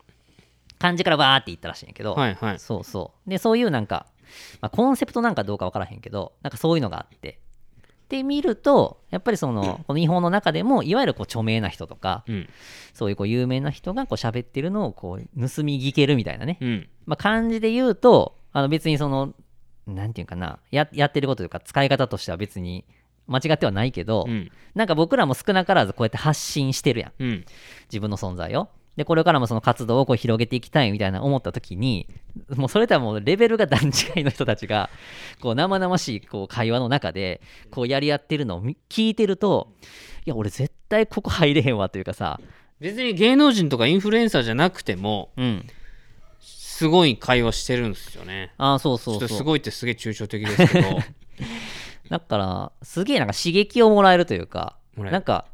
Speaker 3: 感じからわーっていったらしいんやけど、
Speaker 2: はい。はい。
Speaker 3: そうそうでそういうなんか、まあ、コンセプトなんかどうか分からへんけどなんかそういうのがあってで見るとやっぱりそのこの日本の中でもいわゆるこう著名な人とか
Speaker 2: うん。
Speaker 3: そういうこう有名な人がこう喋ってるのをこう盗み聞けるみたいなね、
Speaker 2: うん。
Speaker 3: まあ、感じで言うとあの別にそのなんていうかなややってることというか使い方としては別に間違ってはないけど、
Speaker 2: うん。
Speaker 3: なんか僕らも少なからずこうやって発信してるやん
Speaker 2: うん。
Speaker 3: 自分の存在を。で、これからもその活動をこう広げていきたいみたいな思った時に、もうそれとはもうレベルが段違いの人たちが、 こう生々しいこう会話の中で、こうやり合ってるのを見聞いてると、いや、俺絶対ここ入れへんわというかさ、
Speaker 2: 別に芸能人とかインフルエンサーじゃなくても、
Speaker 3: うん。
Speaker 2: すごい会話してるんですよね。
Speaker 3: ああ、そうそ
Speaker 2: ちょ
Speaker 3: う
Speaker 2: っと
Speaker 3: そ
Speaker 2: す
Speaker 3: う。
Speaker 2: ごいってすげえ抽象的ですけど。
Speaker 3: だから、すげえなんか刺激をもらえるというか、
Speaker 2: もらえる
Speaker 3: なんか、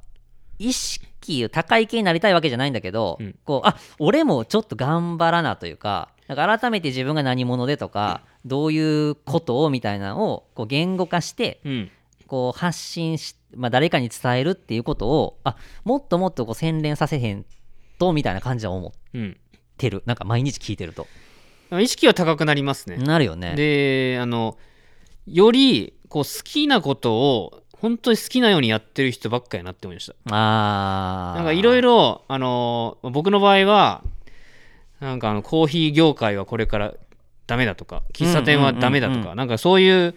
Speaker 3: 意識高い系になりたいわけじゃないんだけど、
Speaker 2: うん
Speaker 3: こうあ俺もちょっと頑張らなというかなんか改めて自分が何者でとか、どういうことをみたいなのをこう言語化して
Speaker 2: うん。
Speaker 3: こう発信し、まあ、誰かに伝えるっていうことをあもっともっとこう洗練させへんとみたいな感じは思っ
Speaker 2: うん。
Speaker 3: てるなんか毎日聞いてると
Speaker 2: 意識は高くなりますね。
Speaker 3: なるよね
Speaker 2: で、あの、より、こう、好きなことを、本当に好きなようにやってる人ばっかりなって思いました。
Speaker 3: あー
Speaker 2: なんかいろいろ、あのー僕の場合は、なんかあのコーヒー業界はこれからダメだとか、喫茶店はダメだとか、
Speaker 3: うんうんうんうん
Speaker 2: なんかそういう、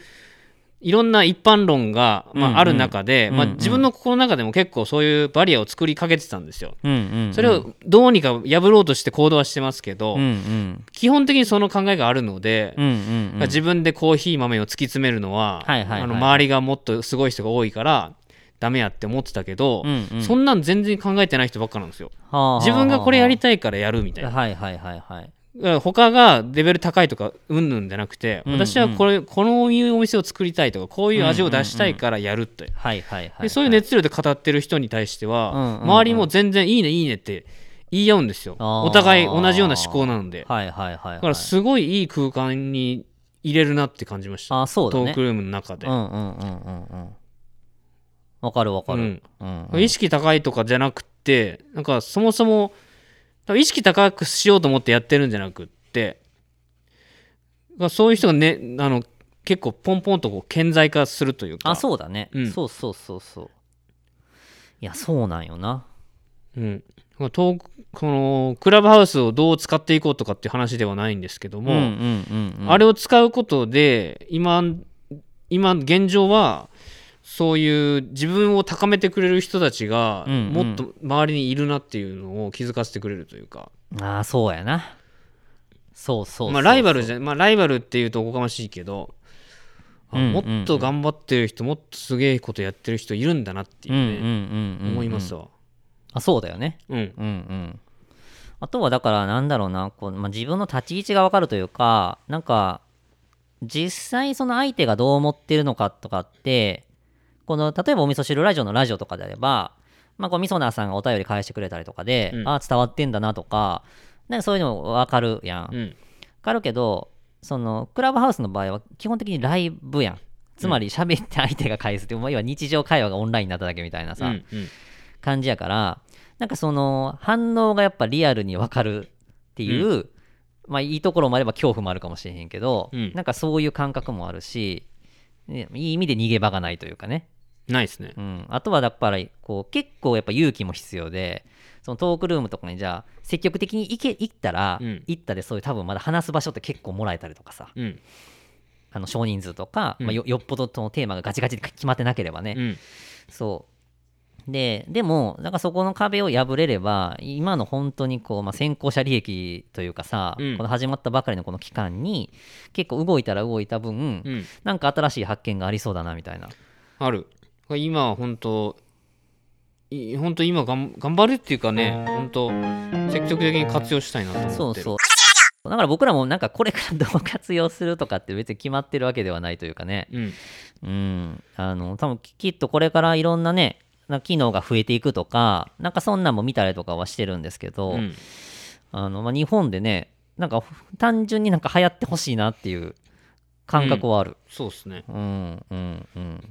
Speaker 2: いろんな一般論が、まあ
Speaker 3: うんうん
Speaker 2: ある中で、まあ
Speaker 3: うんうん
Speaker 2: 自分の心の中でも結構そういうバリアを作りかけてたんですよ。
Speaker 3: うんうんうん
Speaker 2: それをどうにか破ろうとして行動はしてますけど、
Speaker 3: うんうん
Speaker 2: 基本的にその考えがあるので、
Speaker 3: うんうんうん
Speaker 2: 自分でコーヒー豆を突き詰めるのは、
Speaker 3: はいはいはい
Speaker 2: あの周りがもっとすごい人が多いからダメやって思ってたけど、
Speaker 3: うんうん
Speaker 2: そんなん全然考えてない人ばっかなんですよ。
Speaker 3: はあはあはあ
Speaker 2: 自分がこれやりたいからやるみたいな。
Speaker 3: はいはいはいはい
Speaker 2: だから他がレベル高いとかうんぬんじゃなくて、
Speaker 3: うんうん
Speaker 2: 私はこれこのいうお店を作りたいとかこういう味を出したいからやるって、
Speaker 3: はいはいはい、は
Speaker 2: で
Speaker 3: い、
Speaker 2: そういう熱量で語ってる人に対しては、
Speaker 3: うんうんうん
Speaker 2: 周りも全然いいねいいねって言い合うんですよ
Speaker 3: あー
Speaker 2: お互い同じような思考なので、
Speaker 3: はいはいはい、はい、
Speaker 2: だからすごいいい空間に入れるなって感じました、
Speaker 3: あそうだ
Speaker 2: ト
Speaker 3: ね
Speaker 2: ークルームの中で
Speaker 3: う、んうんうんうんうんわかるわかる、うんうん
Speaker 2: 意識高いとかじゃなくてなんかそもそも多分意識高くしようと思ってやってるんじゃなくってまあそういう人がねあの結構ポンポンとこう顕在化するというか
Speaker 3: あそうだね、
Speaker 2: うん
Speaker 3: そうそうそうそういやそうなんよな
Speaker 2: う、ん、まあトークこのクラブハウスをどう使っていこうとかっていう話ではないんですけども、
Speaker 3: んうんうんうん
Speaker 2: あれを使うことで今今現状はそういう自分を高めてくれる人たちが
Speaker 3: うんうん
Speaker 2: もっと周りにいるなっていうのを気づかせてくれるというか、
Speaker 3: あーそうやなそうそうそう
Speaker 2: まあ、ライバル
Speaker 3: ゃ
Speaker 2: じゃまあライバルっていうとおこがましいけど、あ
Speaker 3: うんうんうん
Speaker 2: もっと頑張ってる人もっとすげえことやってる人いるんだなっていううん
Speaker 3: うん
Speaker 2: ね、
Speaker 3: うんうん、うん、
Speaker 2: 思いますわ、
Speaker 3: あそうだよね
Speaker 2: うん
Speaker 3: うんうんあとはだからなんだろうなこう、まあ自分の立ち位置が分かるというかなんか実際その相手がどう思ってるのかとかってこの例えばお味噌汁ラジオのラジオとかであれば、まあ、こうみそなーさんがお便り返してくれたりとかで、
Speaker 2: うん
Speaker 3: ああ伝わってんだなとかなんかそういうの分かるやん、
Speaker 2: うん
Speaker 3: 分かるけどそのクラブハウスの場合は基本的にライブやんつまり喋って相手が返すって、まあ要は日常会話がオンラインになっただけみたいなさ、
Speaker 2: うんうん
Speaker 3: 感じやからなんかその反応がやっぱリアルに分かるっていう、まあいいところもあれば恐怖もあるかもしれへんけど、
Speaker 2: うん
Speaker 3: なんかそういう感覚もあるし、ねいい意味で逃げ場がないというかね、
Speaker 2: ないですね
Speaker 3: うん、あとはやっぱりこう結構やっぱ勇気も必要でそのトークルームとかにじゃあ積極的に行け行ったら、
Speaker 2: うん
Speaker 3: 行ったでそういう多分まだ話す場所って結構もらえたりとかさ
Speaker 2: うん
Speaker 3: あの少人数とか、
Speaker 2: うん
Speaker 3: まあ、よよっぽどそのテーマがガチガチで決まってなければね、
Speaker 2: うん
Speaker 3: そう。で、でも、なんかそこの壁を破れれば、今の本当にこう、まあ、先行者利益というかさ、
Speaker 2: うん
Speaker 3: この始まったばかりのこの期間に、結構動いたら動いた分、
Speaker 2: うん
Speaker 3: なんか新しい発見がありそうだなみたいな。
Speaker 2: ある今は本当い本当今がん頑張るっていうかね本当積極的に活用したいなと思ってる
Speaker 3: そうそう。だから僕らもなんかこれからどう活用するとかって別に決まってるわけではないというかね。
Speaker 2: うん
Speaker 3: うん。あの、多分ききっとこれからいろんなね、なんか機能が増えていくとか、なんかそんなんも見たりとかはしてるんですけど、
Speaker 2: うん
Speaker 3: あの、まあ、日本でね、なんか単純になんか流行ってほしいなっていう感覚はある。
Speaker 2: そうですね
Speaker 3: うん、うん、うん。だか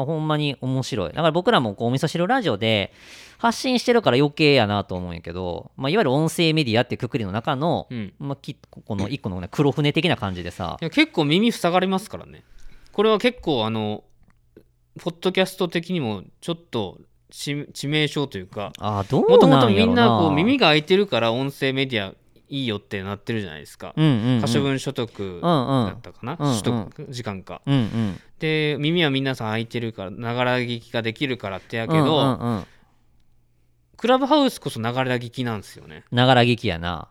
Speaker 3: らほんまに面白い。だから僕らもこうお味噌汁ラジオで発信してるから余計やなと思うんやけど、まあ、いわゆる音声メディアってくくりの中の、
Speaker 2: うん
Speaker 3: まあ、きこの一個の、ね、黒船的な感じでさ
Speaker 2: い、や結構耳塞がれますからねこれは結構あのポッドキャスト的にもちょっと致致命傷というか
Speaker 3: ああ、どう
Speaker 2: もとも
Speaker 3: な
Speaker 2: と
Speaker 3: んや
Speaker 2: み
Speaker 3: ろ
Speaker 2: ん
Speaker 3: な
Speaker 2: なこう耳が開いてるから音声メディアいいよってなってるじゃないですか
Speaker 3: うんうん、うん、
Speaker 2: 可処分所得
Speaker 3: うんうん
Speaker 2: だったかな
Speaker 3: うんうん
Speaker 2: 取得時間か
Speaker 3: うんうん
Speaker 2: で耳は皆さん開いてるからながら聞きができるからってやけ
Speaker 3: うん
Speaker 2: ど
Speaker 3: うんうん
Speaker 2: クラブハウスこそながら聞きなんですよね
Speaker 3: ながら劇やな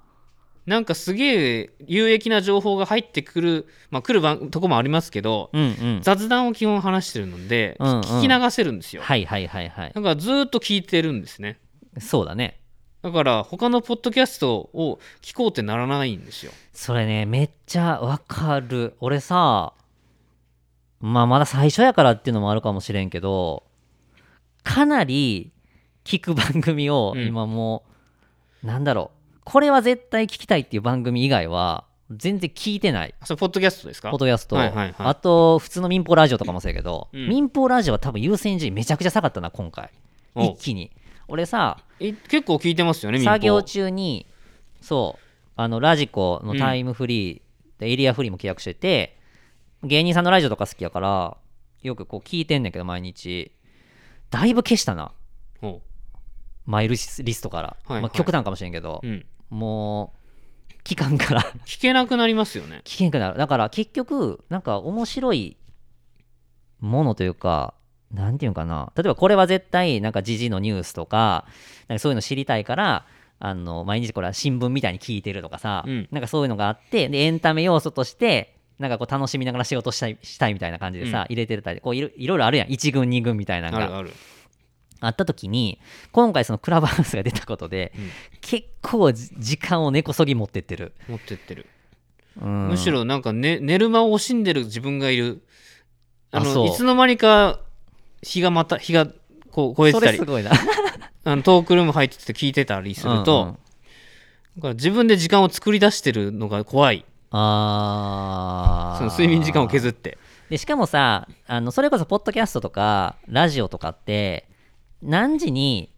Speaker 2: なんかすげえ有益な情報が入ってくるまあ来る番とこもありますけど
Speaker 3: うんうん
Speaker 2: 雑談を基本話してるので
Speaker 3: うんうん
Speaker 2: 聞き流せるんですよ
Speaker 3: はいはいはいはい
Speaker 2: だからずーっと聞いてるんですね
Speaker 3: そうだね
Speaker 2: だから他のポッドキャストを聞こうってならないんですよ
Speaker 3: それねめっちゃわかる俺さまあまだ最初やからっていうのもあるかもしれんけどかなり聞く番組を
Speaker 2: うん
Speaker 3: 今もう、なんだろうこれは絶対聞きたいっていう番組以外は全然聞いてない
Speaker 2: あそれポッドキャストですか
Speaker 3: ポトヤスと、
Speaker 2: はいはいはい
Speaker 3: あと普通の民放ラジオとかもそうやけど、
Speaker 2: うん
Speaker 3: 民放ラジオは多分優先順位めちゃくちゃ下がったな今回
Speaker 2: お
Speaker 3: 一気に俺さ
Speaker 2: え結構聞いてますよね民放
Speaker 3: 作業中にそうあのラジコのタイムフリー、でエリアフリーも契約してて芸人さんのラジオとか好きやからよくこう聞いてんねんけど毎日だいぶ消したな
Speaker 2: お
Speaker 3: マイルリストから、
Speaker 2: いはい
Speaker 3: まあ、極端かもしれんけど
Speaker 2: う、うん
Speaker 3: もう期間から
Speaker 2: 聞けなくなりますよね
Speaker 3: 聞けんくなるだから結局なんか面白いものというかなんていうんかな例えばこれは絶対なんか時事のニュースとかなんかそういうの知りたいからあの毎日これは新聞みたいに聞いてるとかさ、
Speaker 2: うん
Speaker 3: なんかそういうのがあってでエンタメ要素としてなんかこう楽しみながら仕事したいしたいみたいな感じで
Speaker 2: う
Speaker 3: さ、
Speaker 2: ん
Speaker 3: 入れてたりこういろいろいろあるやん1軍2軍みたいなの
Speaker 2: あ
Speaker 3: が
Speaker 2: るある
Speaker 3: あった時に今回そのクラブハウスが出たことで、
Speaker 2: うん
Speaker 3: 結構じ時間を根こそぎ持ってってる、
Speaker 2: 持ってってる、
Speaker 3: うん
Speaker 2: むしろなんか、ね、寝る間を惜しんでる自分がいるあ
Speaker 3: あそ
Speaker 2: の
Speaker 3: う
Speaker 2: いつの間にか日がまた日がこう超えて
Speaker 3: そ
Speaker 2: た
Speaker 3: れ
Speaker 2: り
Speaker 3: すごいな
Speaker 2: あのトークルーム入ってて聞いてたりすると、
Speaker 3: うんうん
Speaker 2: だから自分で時間を作り出してるのが怖い
Speaker 3: あ
Speaker 2: その睡眠時間を削
Speaker 3: っ
Speaker 2: って
Speaker 3: でしかもさあのそれこそポッドキャストとかラジオとかって何時に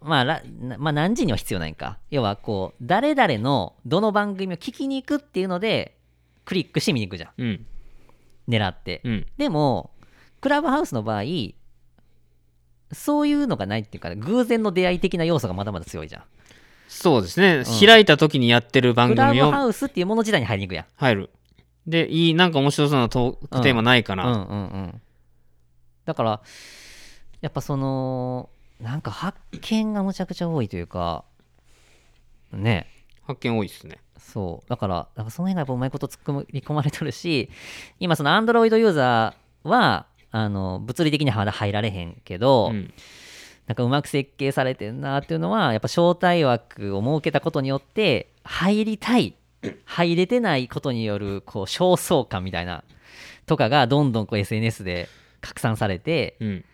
Speaker 3: まあ、らなまあ何時には必要ないんか要はこう誰々のどの番組を聞きに行くっていうのでクリックして見に行くじゃん
Speaker 2: うん
Speaker 3: 狙って、
Speaker 2: うん
Speaker 3: でもクラブハウスの場合そういうのがないっていうか、ね、偶然の出会い的な要素がまだまだ強いじゃん
Speaker 2: そうですね、
Speaker 3: うん
Speaker 2: 開いた時にやってる番
Speaker 3: クラブ
Speaker 2: 組
Speaker 3: ハ
Speaker 2: を
Speaker 3: ウスっていうもの自体に入りに行くやん
Speaker 2: 入るでいいなんか面白そうなトークテーマないかな、
Speaker 3: うんうんうん、だからやっぱそのなんか発見がむちゃくちゃ多いというかね
Speaker 2: 発見多いですね
Speaker 3: そうだからなんかその辺がやっぱうまいこと突っ込み込まれとるし今そのアンドロイドユーザーはあの物理的にはまだ入られへんけど、
Speaker 2: うん
Speaker 3: なんかうまく設計されてるなっていうのはやっぱ招待枠を設けたことによって入りたい入れてないことによるこう焦燥感みたいなとかがどんどんこう SNS で拡散されて
Speaker 2: うん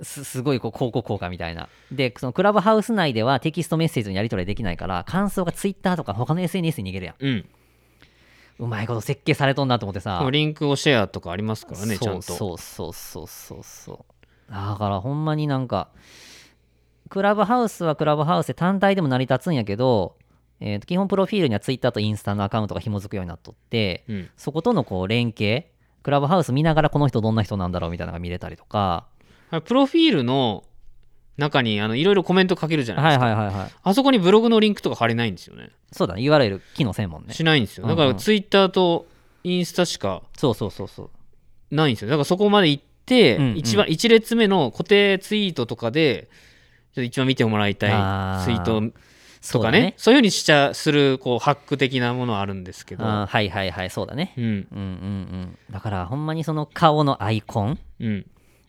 Speaker 3: すすごいこう広告効果みたいなでそのクラブハウス内ではテキストメッセージのやり取りはできないから感想が Twitter とか他の SNS に逃げるやん
Speaker 2: うん
Speaker 3: うまいこと設計されとんなと思ってさ
Speaker 2: もうリンクをシェアとかありますからねちゃんと
Speaker 3: そうそうそうそうそうそうだからほんまになんかクラブハウスはクラブハウスで単体でも成り立つんやけど、えーと基本プロフィールにはツイッターとインスタのアカウントが紐づくようになっとって、
Speaker 2: うん
Speaker 3: そことのこう連携クラブハウス見ながらこの人どんな人なんだろうみたいなのが見れたりとか
Speaker 2: あれプロフィールの中にあのいろいろコメント書けるじゃないで
Speaker 3: は
Speaker 2: す
Speaker 3: い
Speaker 2: か、
Speaker 3: はいはいはい
Speaker 2: あそこにブログのリンクとか貼れないんですよね
Speaker 3: そうだね URL 機能せんもんね
Speaker 2: しないんですよだか
Speaker 3: うん
Speaker 2: ら
Speaker 3: うん
Speaker 2: ツイッターとインスタしか
Speaker 3: そうそうそうそう
Speaker 2: ないんですよだからそこまで行って、
Speaker 3: うんうん
Speaker 2: 一番一列目の固定ツイートとかでちょっと一番見てもらいた
Speaker 3: あ
Speaker 2: い
Speaker 3: ー
Speaker 2: ツイート
Speaker 3: そ
Speaker 2: と
Speaker 3: う
Speaker 2: か
Speaker 3: だ
Speaker 2: ねそういうふうにしちゃするこうハック的なものはあるんですけど
Speaker 3: あーはいはいはいそうだね
Speaker 2: うん
Speaker 3: うんうんうんだからほんまにその顔のアイコン
Speaker 2: うん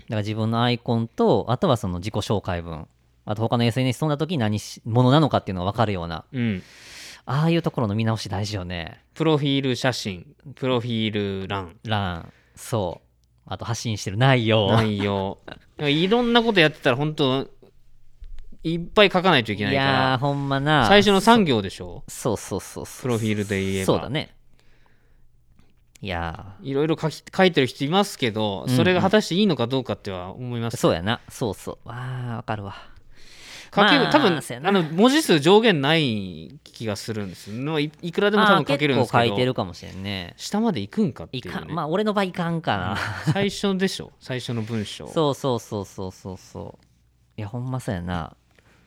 Speaker 3: だから自分のアイコンと、あとはその自己紹介文、あと他の SNS 飛んだ時に何しものなのかっていうのが分かるような、
Speaker 2: うん
Speaker 3: ああいうところの見直し大事よね。
Speaker 2: プロフィール写真プロフィール欄
Speaker 3: 欄、そう。あと発信してる内容。
Speaker 2: 内 容いろんなことやってたら本当いっぱい書かないとい
Speaker 3: い
Speaker 2: けないか
Speaker 3: やー、
Speaker 2: ら
Speaker 3: ほんまな。
Speaker 2: 最初の3行でしょ
Speaker 3: そうそうそうそう。
Speaker 2: プロフィールで言えば
Speaker 3: そうだね。いや
Speaker 2: いろいろ書き書いてる人いますけど
Speaker 3: うんうん
Speaker 2: それが果たしていいのかどうかっては思いま
Speaker 3: ー、
Speaker 2: す、
Speaker 3: そうやな。そうそう。わあ、わかるわ。
Speaker 2: 書ける、
Speaker 3: まあ
Speaker 2: 多分
Speaker 3: そうやな
Speaker 2: あの文字数上限ない気がするんですのいいくらでも多分書けるんですけ
Speaker 3: あー結構書いて
Speaker 2: ど
Speaker 3: るかもしれんね。
Speaker 2: 下まで行くんかってい、
Speaker 3: いう
Speaker 2: ね、
Speaker 3: かん、まあ俺の場合いかんかな。
Speaker 2: 最初でしょ最初の文章
Speaker 3: そうそうそうそうそうそういやほんまそうやな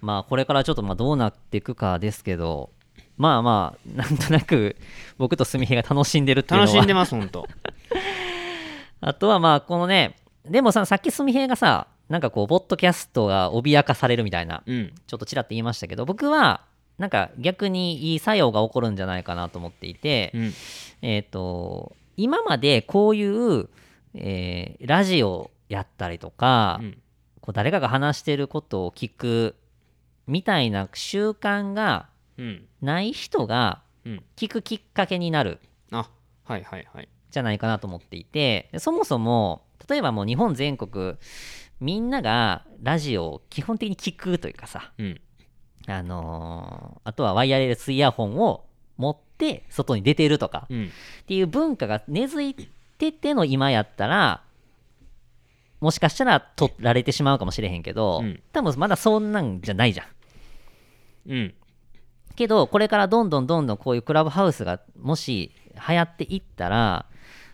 Speaker 3: まあこれからちょっとまあどうなっていくかですけどまあまあなんとなく僕とすみへが楽しんでるっていうの
Speaker 2: 楽
Speaker 3: は
Speaker 2: しんでます本当
Speaker 3: あとはまあこのねでもささっきすみへがさなんかこうポッドキャストが脅かされるみたいな
Speaker 2: うん
Speaker 3: ちょっとちらっと言いましたけど僕はなんか逆にいい作用が起こるんじゃないかなと思っていて、
Speaker 2: うん
Speaker 3: えっ、と、今までこういう、えーラジオやったりとか、
Speaker 2: うん
Speaker 3: こう誰かが話してることを聞くみたいな習慣が
Speaker 2: うん
Speaker 3: ない人が
Speaker 2: うん
Speaker 3: 聞くきっかけになる
Speaker 2: あはいはいはい
Speaker 3: じゃないかなと思っていて、そもそも、例えばもう日本全国、みんながラジオを基本的に聞くというかさ、
Speaker 2: うん
Speaker 3: あのーあとはワイヤレスイヤホンを持って外に出てるとか、
Speaker 2: うん
Speaker 3: っていう文化が根付いてての今やったらもしかしたら取られてしまうかもしれへんけど、
Speaker 2: うん
Speaker 3: 多分まだそんなんじゃないじゃん
Speaker 2: うん
Speaker 3: けどこれからどんどんどんどんこういうクラブハウスがもし流行っていったら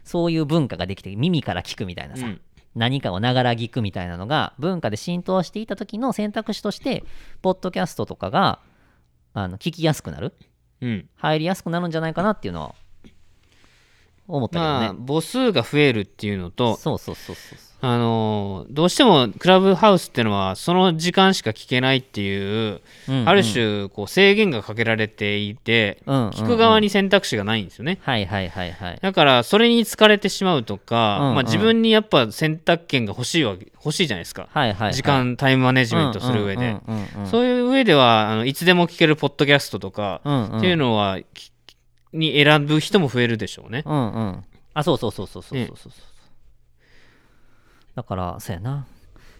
Speaker 3: そういう文化ができて耳から聞くみたいなさ、
Speaker 2: うん
Speaker 3: 何かをながら聞くみたいなのが文化で浸透していた時の選択肢としてポッドキャストとかがあの聞きやすくなる
Speaker 2: うん
Speaker 3: 入りやすくなるんじゃないかなっていうのは思ったけどね、
Speaker 2: まあ母数が増えるっていうのと
Speaker 3: そうそうそうそうそ
Speaker 2: あのーどうしてもクラブハウスってのはその時間しか聞けないっていう、
Speaker 3: う、うんうん
Speaker 2: ある種こう制限がかけられていて、
Speaker 3: うんうんうん
Speaker 2: 聞く側に選択肢がないんですよね、
Speaker 3: はいはいはいはい
Speaker 2: だからそれに疲れてしまうとか、
Speaker 3: うんうん
Speaker 2: まあ、自分にやっぱ選択権が欲しいわけ欲しいじゃないですか、
Speaker 3: はいはいはい
Speaker 2: 時間タイムマネジメントする上で、
Speaker 3: うんうんうんうん
Speaker 2: そういう上ではあのいつでも聞けるポッドキャストとか、
Speaker 3: うんうん
Speaker 2: っていうのはきに選ぶ人も増えるでしょうね、
Speaker 3: うんうんあそうそうそうそうそうそう
Speaker 2: ね
Speaker 3: そうそうだからそうやな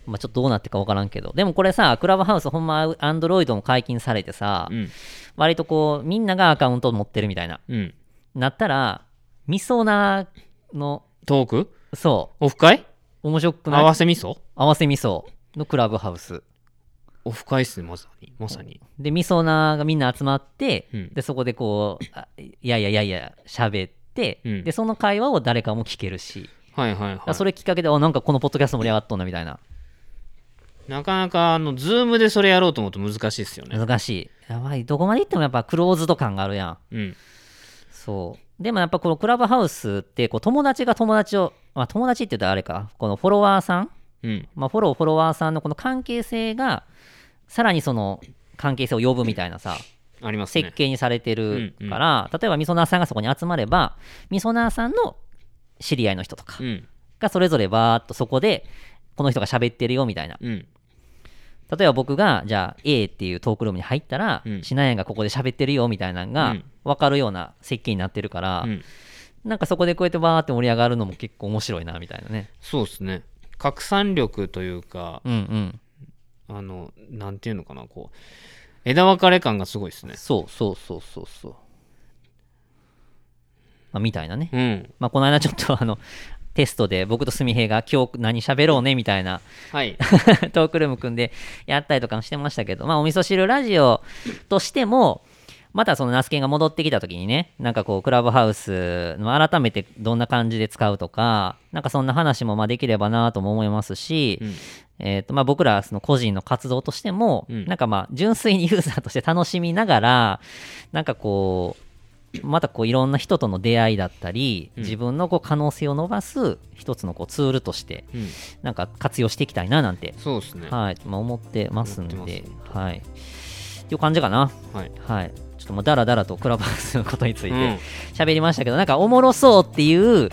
Speaker 3: まあちょっとどうなってか分からんけどでもこれさクラブハウスほんまアンドロイドも解禁されてさ、
Speaker 2: うん
Speaker 3: 割とこうみんながアカウント持ってるみたいな
Speaker 2: うん、
Speaker 3: なったらみそなの
Speaker 2: トーク
Speaker 3: そ
Speaker 2: オフ会
Speaker 3: う面白くない
Speaker 2: 合わせ味噌
Speaker 3: 合わせみそのクラブハウス
Speaker 2: オフ会っすねまさにまさに
Speaker 3: でみそながみんな集まって、
Speaker 2: うん
Speaker 3: でそこでこうあいやいやいやいや喋って、
Speaker 2: うん
Speaker 3: でその会話を誰かも聞けるし、
Speaker 2: はいはい
Speaker 3: だか
Speaker 2: は
Speaker 3: らそ
Speaker 2: い
Speaker 3: れきっかけであなんかこのポッドキャスト盛り上がっとんなみたいな
Speaker 2: なかなかあのズームでそれやろうと思うと難しいですよね
Speaker 3: 難しいやばいどこまで行ってもやっぱクローズド感があるやん
Speaker 2: うん
Speaker 3: そうでもやっぱこのクラブハウスってこう友達が友達を、まあ、友達って言ったらあれかこのフォロワーさん、
Speaker 2: うん
Speaker 3: まあ、フォローフォロワーさんのこの関係性がさらにその関係性を呼ぶみたいなさ
Speaker 2: あります
Speaker 3: 設
Speaker 2: ね
Speaker 3: 計にされてる
Speaker 2: うんうん
Speaker 3: から、例えばみそなーさんがそこに集まればみそなーさんの知り合いの人とか
Speaker 2: うん
Speaker 3: がそれぞれバーっとそこでこの人が喋ってるよみたいな
Speaker 2: うん
Speaker 3: 例えば僕がじゃあ A っていうトークルームに入ったら、
Speaker 2: うん
Speaker 3: シナヤンがここで喋ってるよみたいなの
Speaker 2: う
Speaker 3: が
Speaker 2: ん
Speaker 3: 分かるような設計になってるから、
Speaker 2: うん
Speaker 3: なんかそこでこうやってわーって盛り上がるのも結構面白いなみたいなね
Speaker 2: そうですね拡散力というか、
Speaker 3: うんうん
Speaker 2: あのなんていうのかなこう枝分かれ感がすごいですね
Speaker 3: そうそうそうそうそう、まあ、みたいなね、
Speaker 2: うん
Speaker 3: まあ、この間ちょっとあのテストで僕とすみへいが今日何喋ろうねみたいな
Speaker 2: はい
Speaker 3: トークルーム組んでやったりとかもしてましたけど、まあ、お味噌汁ラジオとしてもまたそのナスケンが戻ってきた時にねなんかこうクラブハウスまあ改めてどんな感じで使うとかなんかそんな話もまあできればなとも思いますし、
Speaker 2: うん
Speaker 3: えーとまあ、僕らその個人の活動としても、
Speaker 2: うん
Speaker 3: なんかまあ純粋にユーザーとして楽しみながらなんかこうまたこういろんな人との出会いだったり、
Speaker 2: うん
Speaker 3: 自分のこう可能性を伸ばす一つのこうツールとして
Speaker 2: うん
Speaker 3: なんか活用していきたいななんて、
Speaker 2: そうですね
Speaker 3: はいまあ、思ってますんで
Speaker 2: 思って
Speaker 3: はい、っていう感じかな、
Speaker 2: はい
Speaker 3: はい、ちょっともうダラダラとクラブハウスのことについ
Speaker 2: うん
Speaker 3: て喋りましたけど、なんかおもろそうっていう、
Speaker 2: はい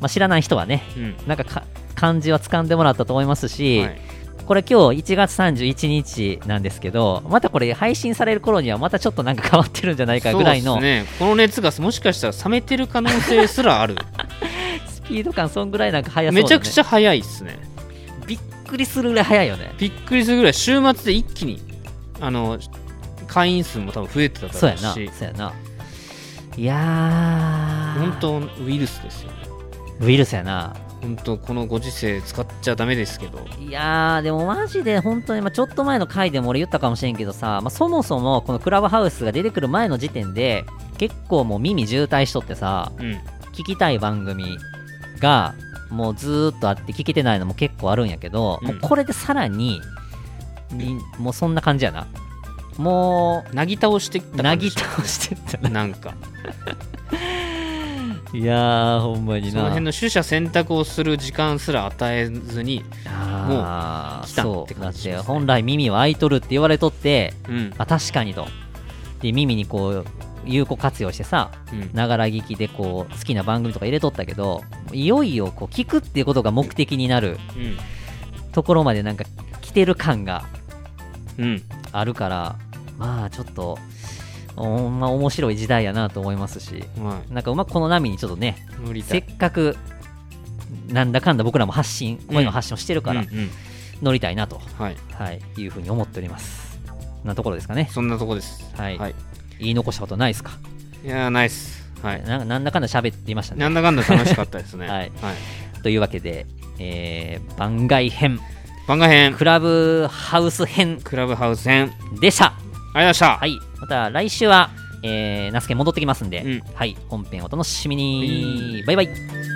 Speaker 3: まあ、知らない人はね
Speaker 2: うん
Speaker 3: なんかか感じは掴んでもらったと思いますし、
Speaker 2: はい
Speaker 3: これ今日1月31日なんですけどまたこれ配信される頃にはまたちょっとなんか変わってるんじゃないかぐらい
Speaker 2: そ
Speaker 3: の
Speaker 2: うですねこの熱がもしかしたら冷めてる可能性すらあ る
Speaker 3: スピード感そんぐらいなんか速そうだ、ね、
Speaker 2: めちゃくちゃ早いですね
Speaker 3: びっくりするぐらい速いよね
Speaker 2: びっくりするぐらい週末で一気にあの会員数も多分増えてただ
Speaker 3: そう
Speaker 2: ろ
Speaker 3: や
Speaker 2: う
Speaker 3: なそう
Speaker 2: し
Speaker 3: やないやー
Speaker 2: 本当ウイルスですよね
Speaker 3: ウイルスやな
Speaker 2: 本当このご時世使っちゃダメですけど
Speaker 3: いやーでもマジで本当に、まあ、ちょっと前の回でも俺言ったかもしれんけどさ、まあ、そもそもこのクラブハウスが出てくる前の時点で結構もう耳渋滞しとってさ
Speaker 2: うん
Speaker 3: 聞きたい番組がもうずーっとあって聞けてないのも結構あるんやけど、
Speaker 2: うん
Speaker 3: もうこれでさらににもうそんな感じやなも
Speaker 2: なぎ倒してき
Speaker 3: う
Speaker 2: た
Speaker 3: な
Speaker 2: 感じ
Speaker 3: ぎ倒してったな
Speaker 2: なんか
Speaker 3: いやーほんまに
Speaker 2: その辺の取捨選択をする時間すら与えずにも
Speaker 3: あー
Speaker 2: う来た
Speaker 3: そう
Speaker 2: って感じですね
Speaker 3: だって本来耳は開いとるって言われとって
Speaker 2: うん
Speaker 3: あ確かにとで耳にこう有効活用してさ
Speaker 2: うん
Speaker 3: ながら聞きでこう好きな番組とか入れとったけどいよいよこう聞くっていうことが目的になるところまでなんか来てる感が
Speaker 2: うんうん
Speaker 3: あるからまあちょっとほんま面白い時代やなと思いますし
Speaker 2: は
Speaker 3: なんかうまくこの波にちょっとね
Speaker 2: い無理だ
Speaker 3: せっかくなんだかんだ僕らも発信声の発信をしてるから
Speaker 2: うんうん
Speaker 3: 乗りたいなと、
Speaker 2: はい
Speaker 3: はい、いうふうに思っておりますなところですかね
Speaker 2: そんなとこです
Speaker 3: はい
Speaker 2: はい
Speaker 3: 言い残したことないですか
Speaker 2: いやーナイスはい
Speaker 3: なんかなんだかんだ喋っていました
Speaker 2: な
Speaker 3: ね
Speaker 2: んだかんだ楽しかったです ね。
Speaker 3: はいというわけで、えー番外編
Speaker 2: 番外編、
Speaker 3: クラブハウス編
Speaker 2: クラブハウス編、
Speaker 3: でし
Speaker 2: あ
Speaker 3: た
Speaker 2: りがとうございました。
Speaker 3: はい、また来週は、えー、ナスケ戻ってきますんで、
Speaker 2: うん
Speaker 3: はい、本編お楽しみに、バイバイ。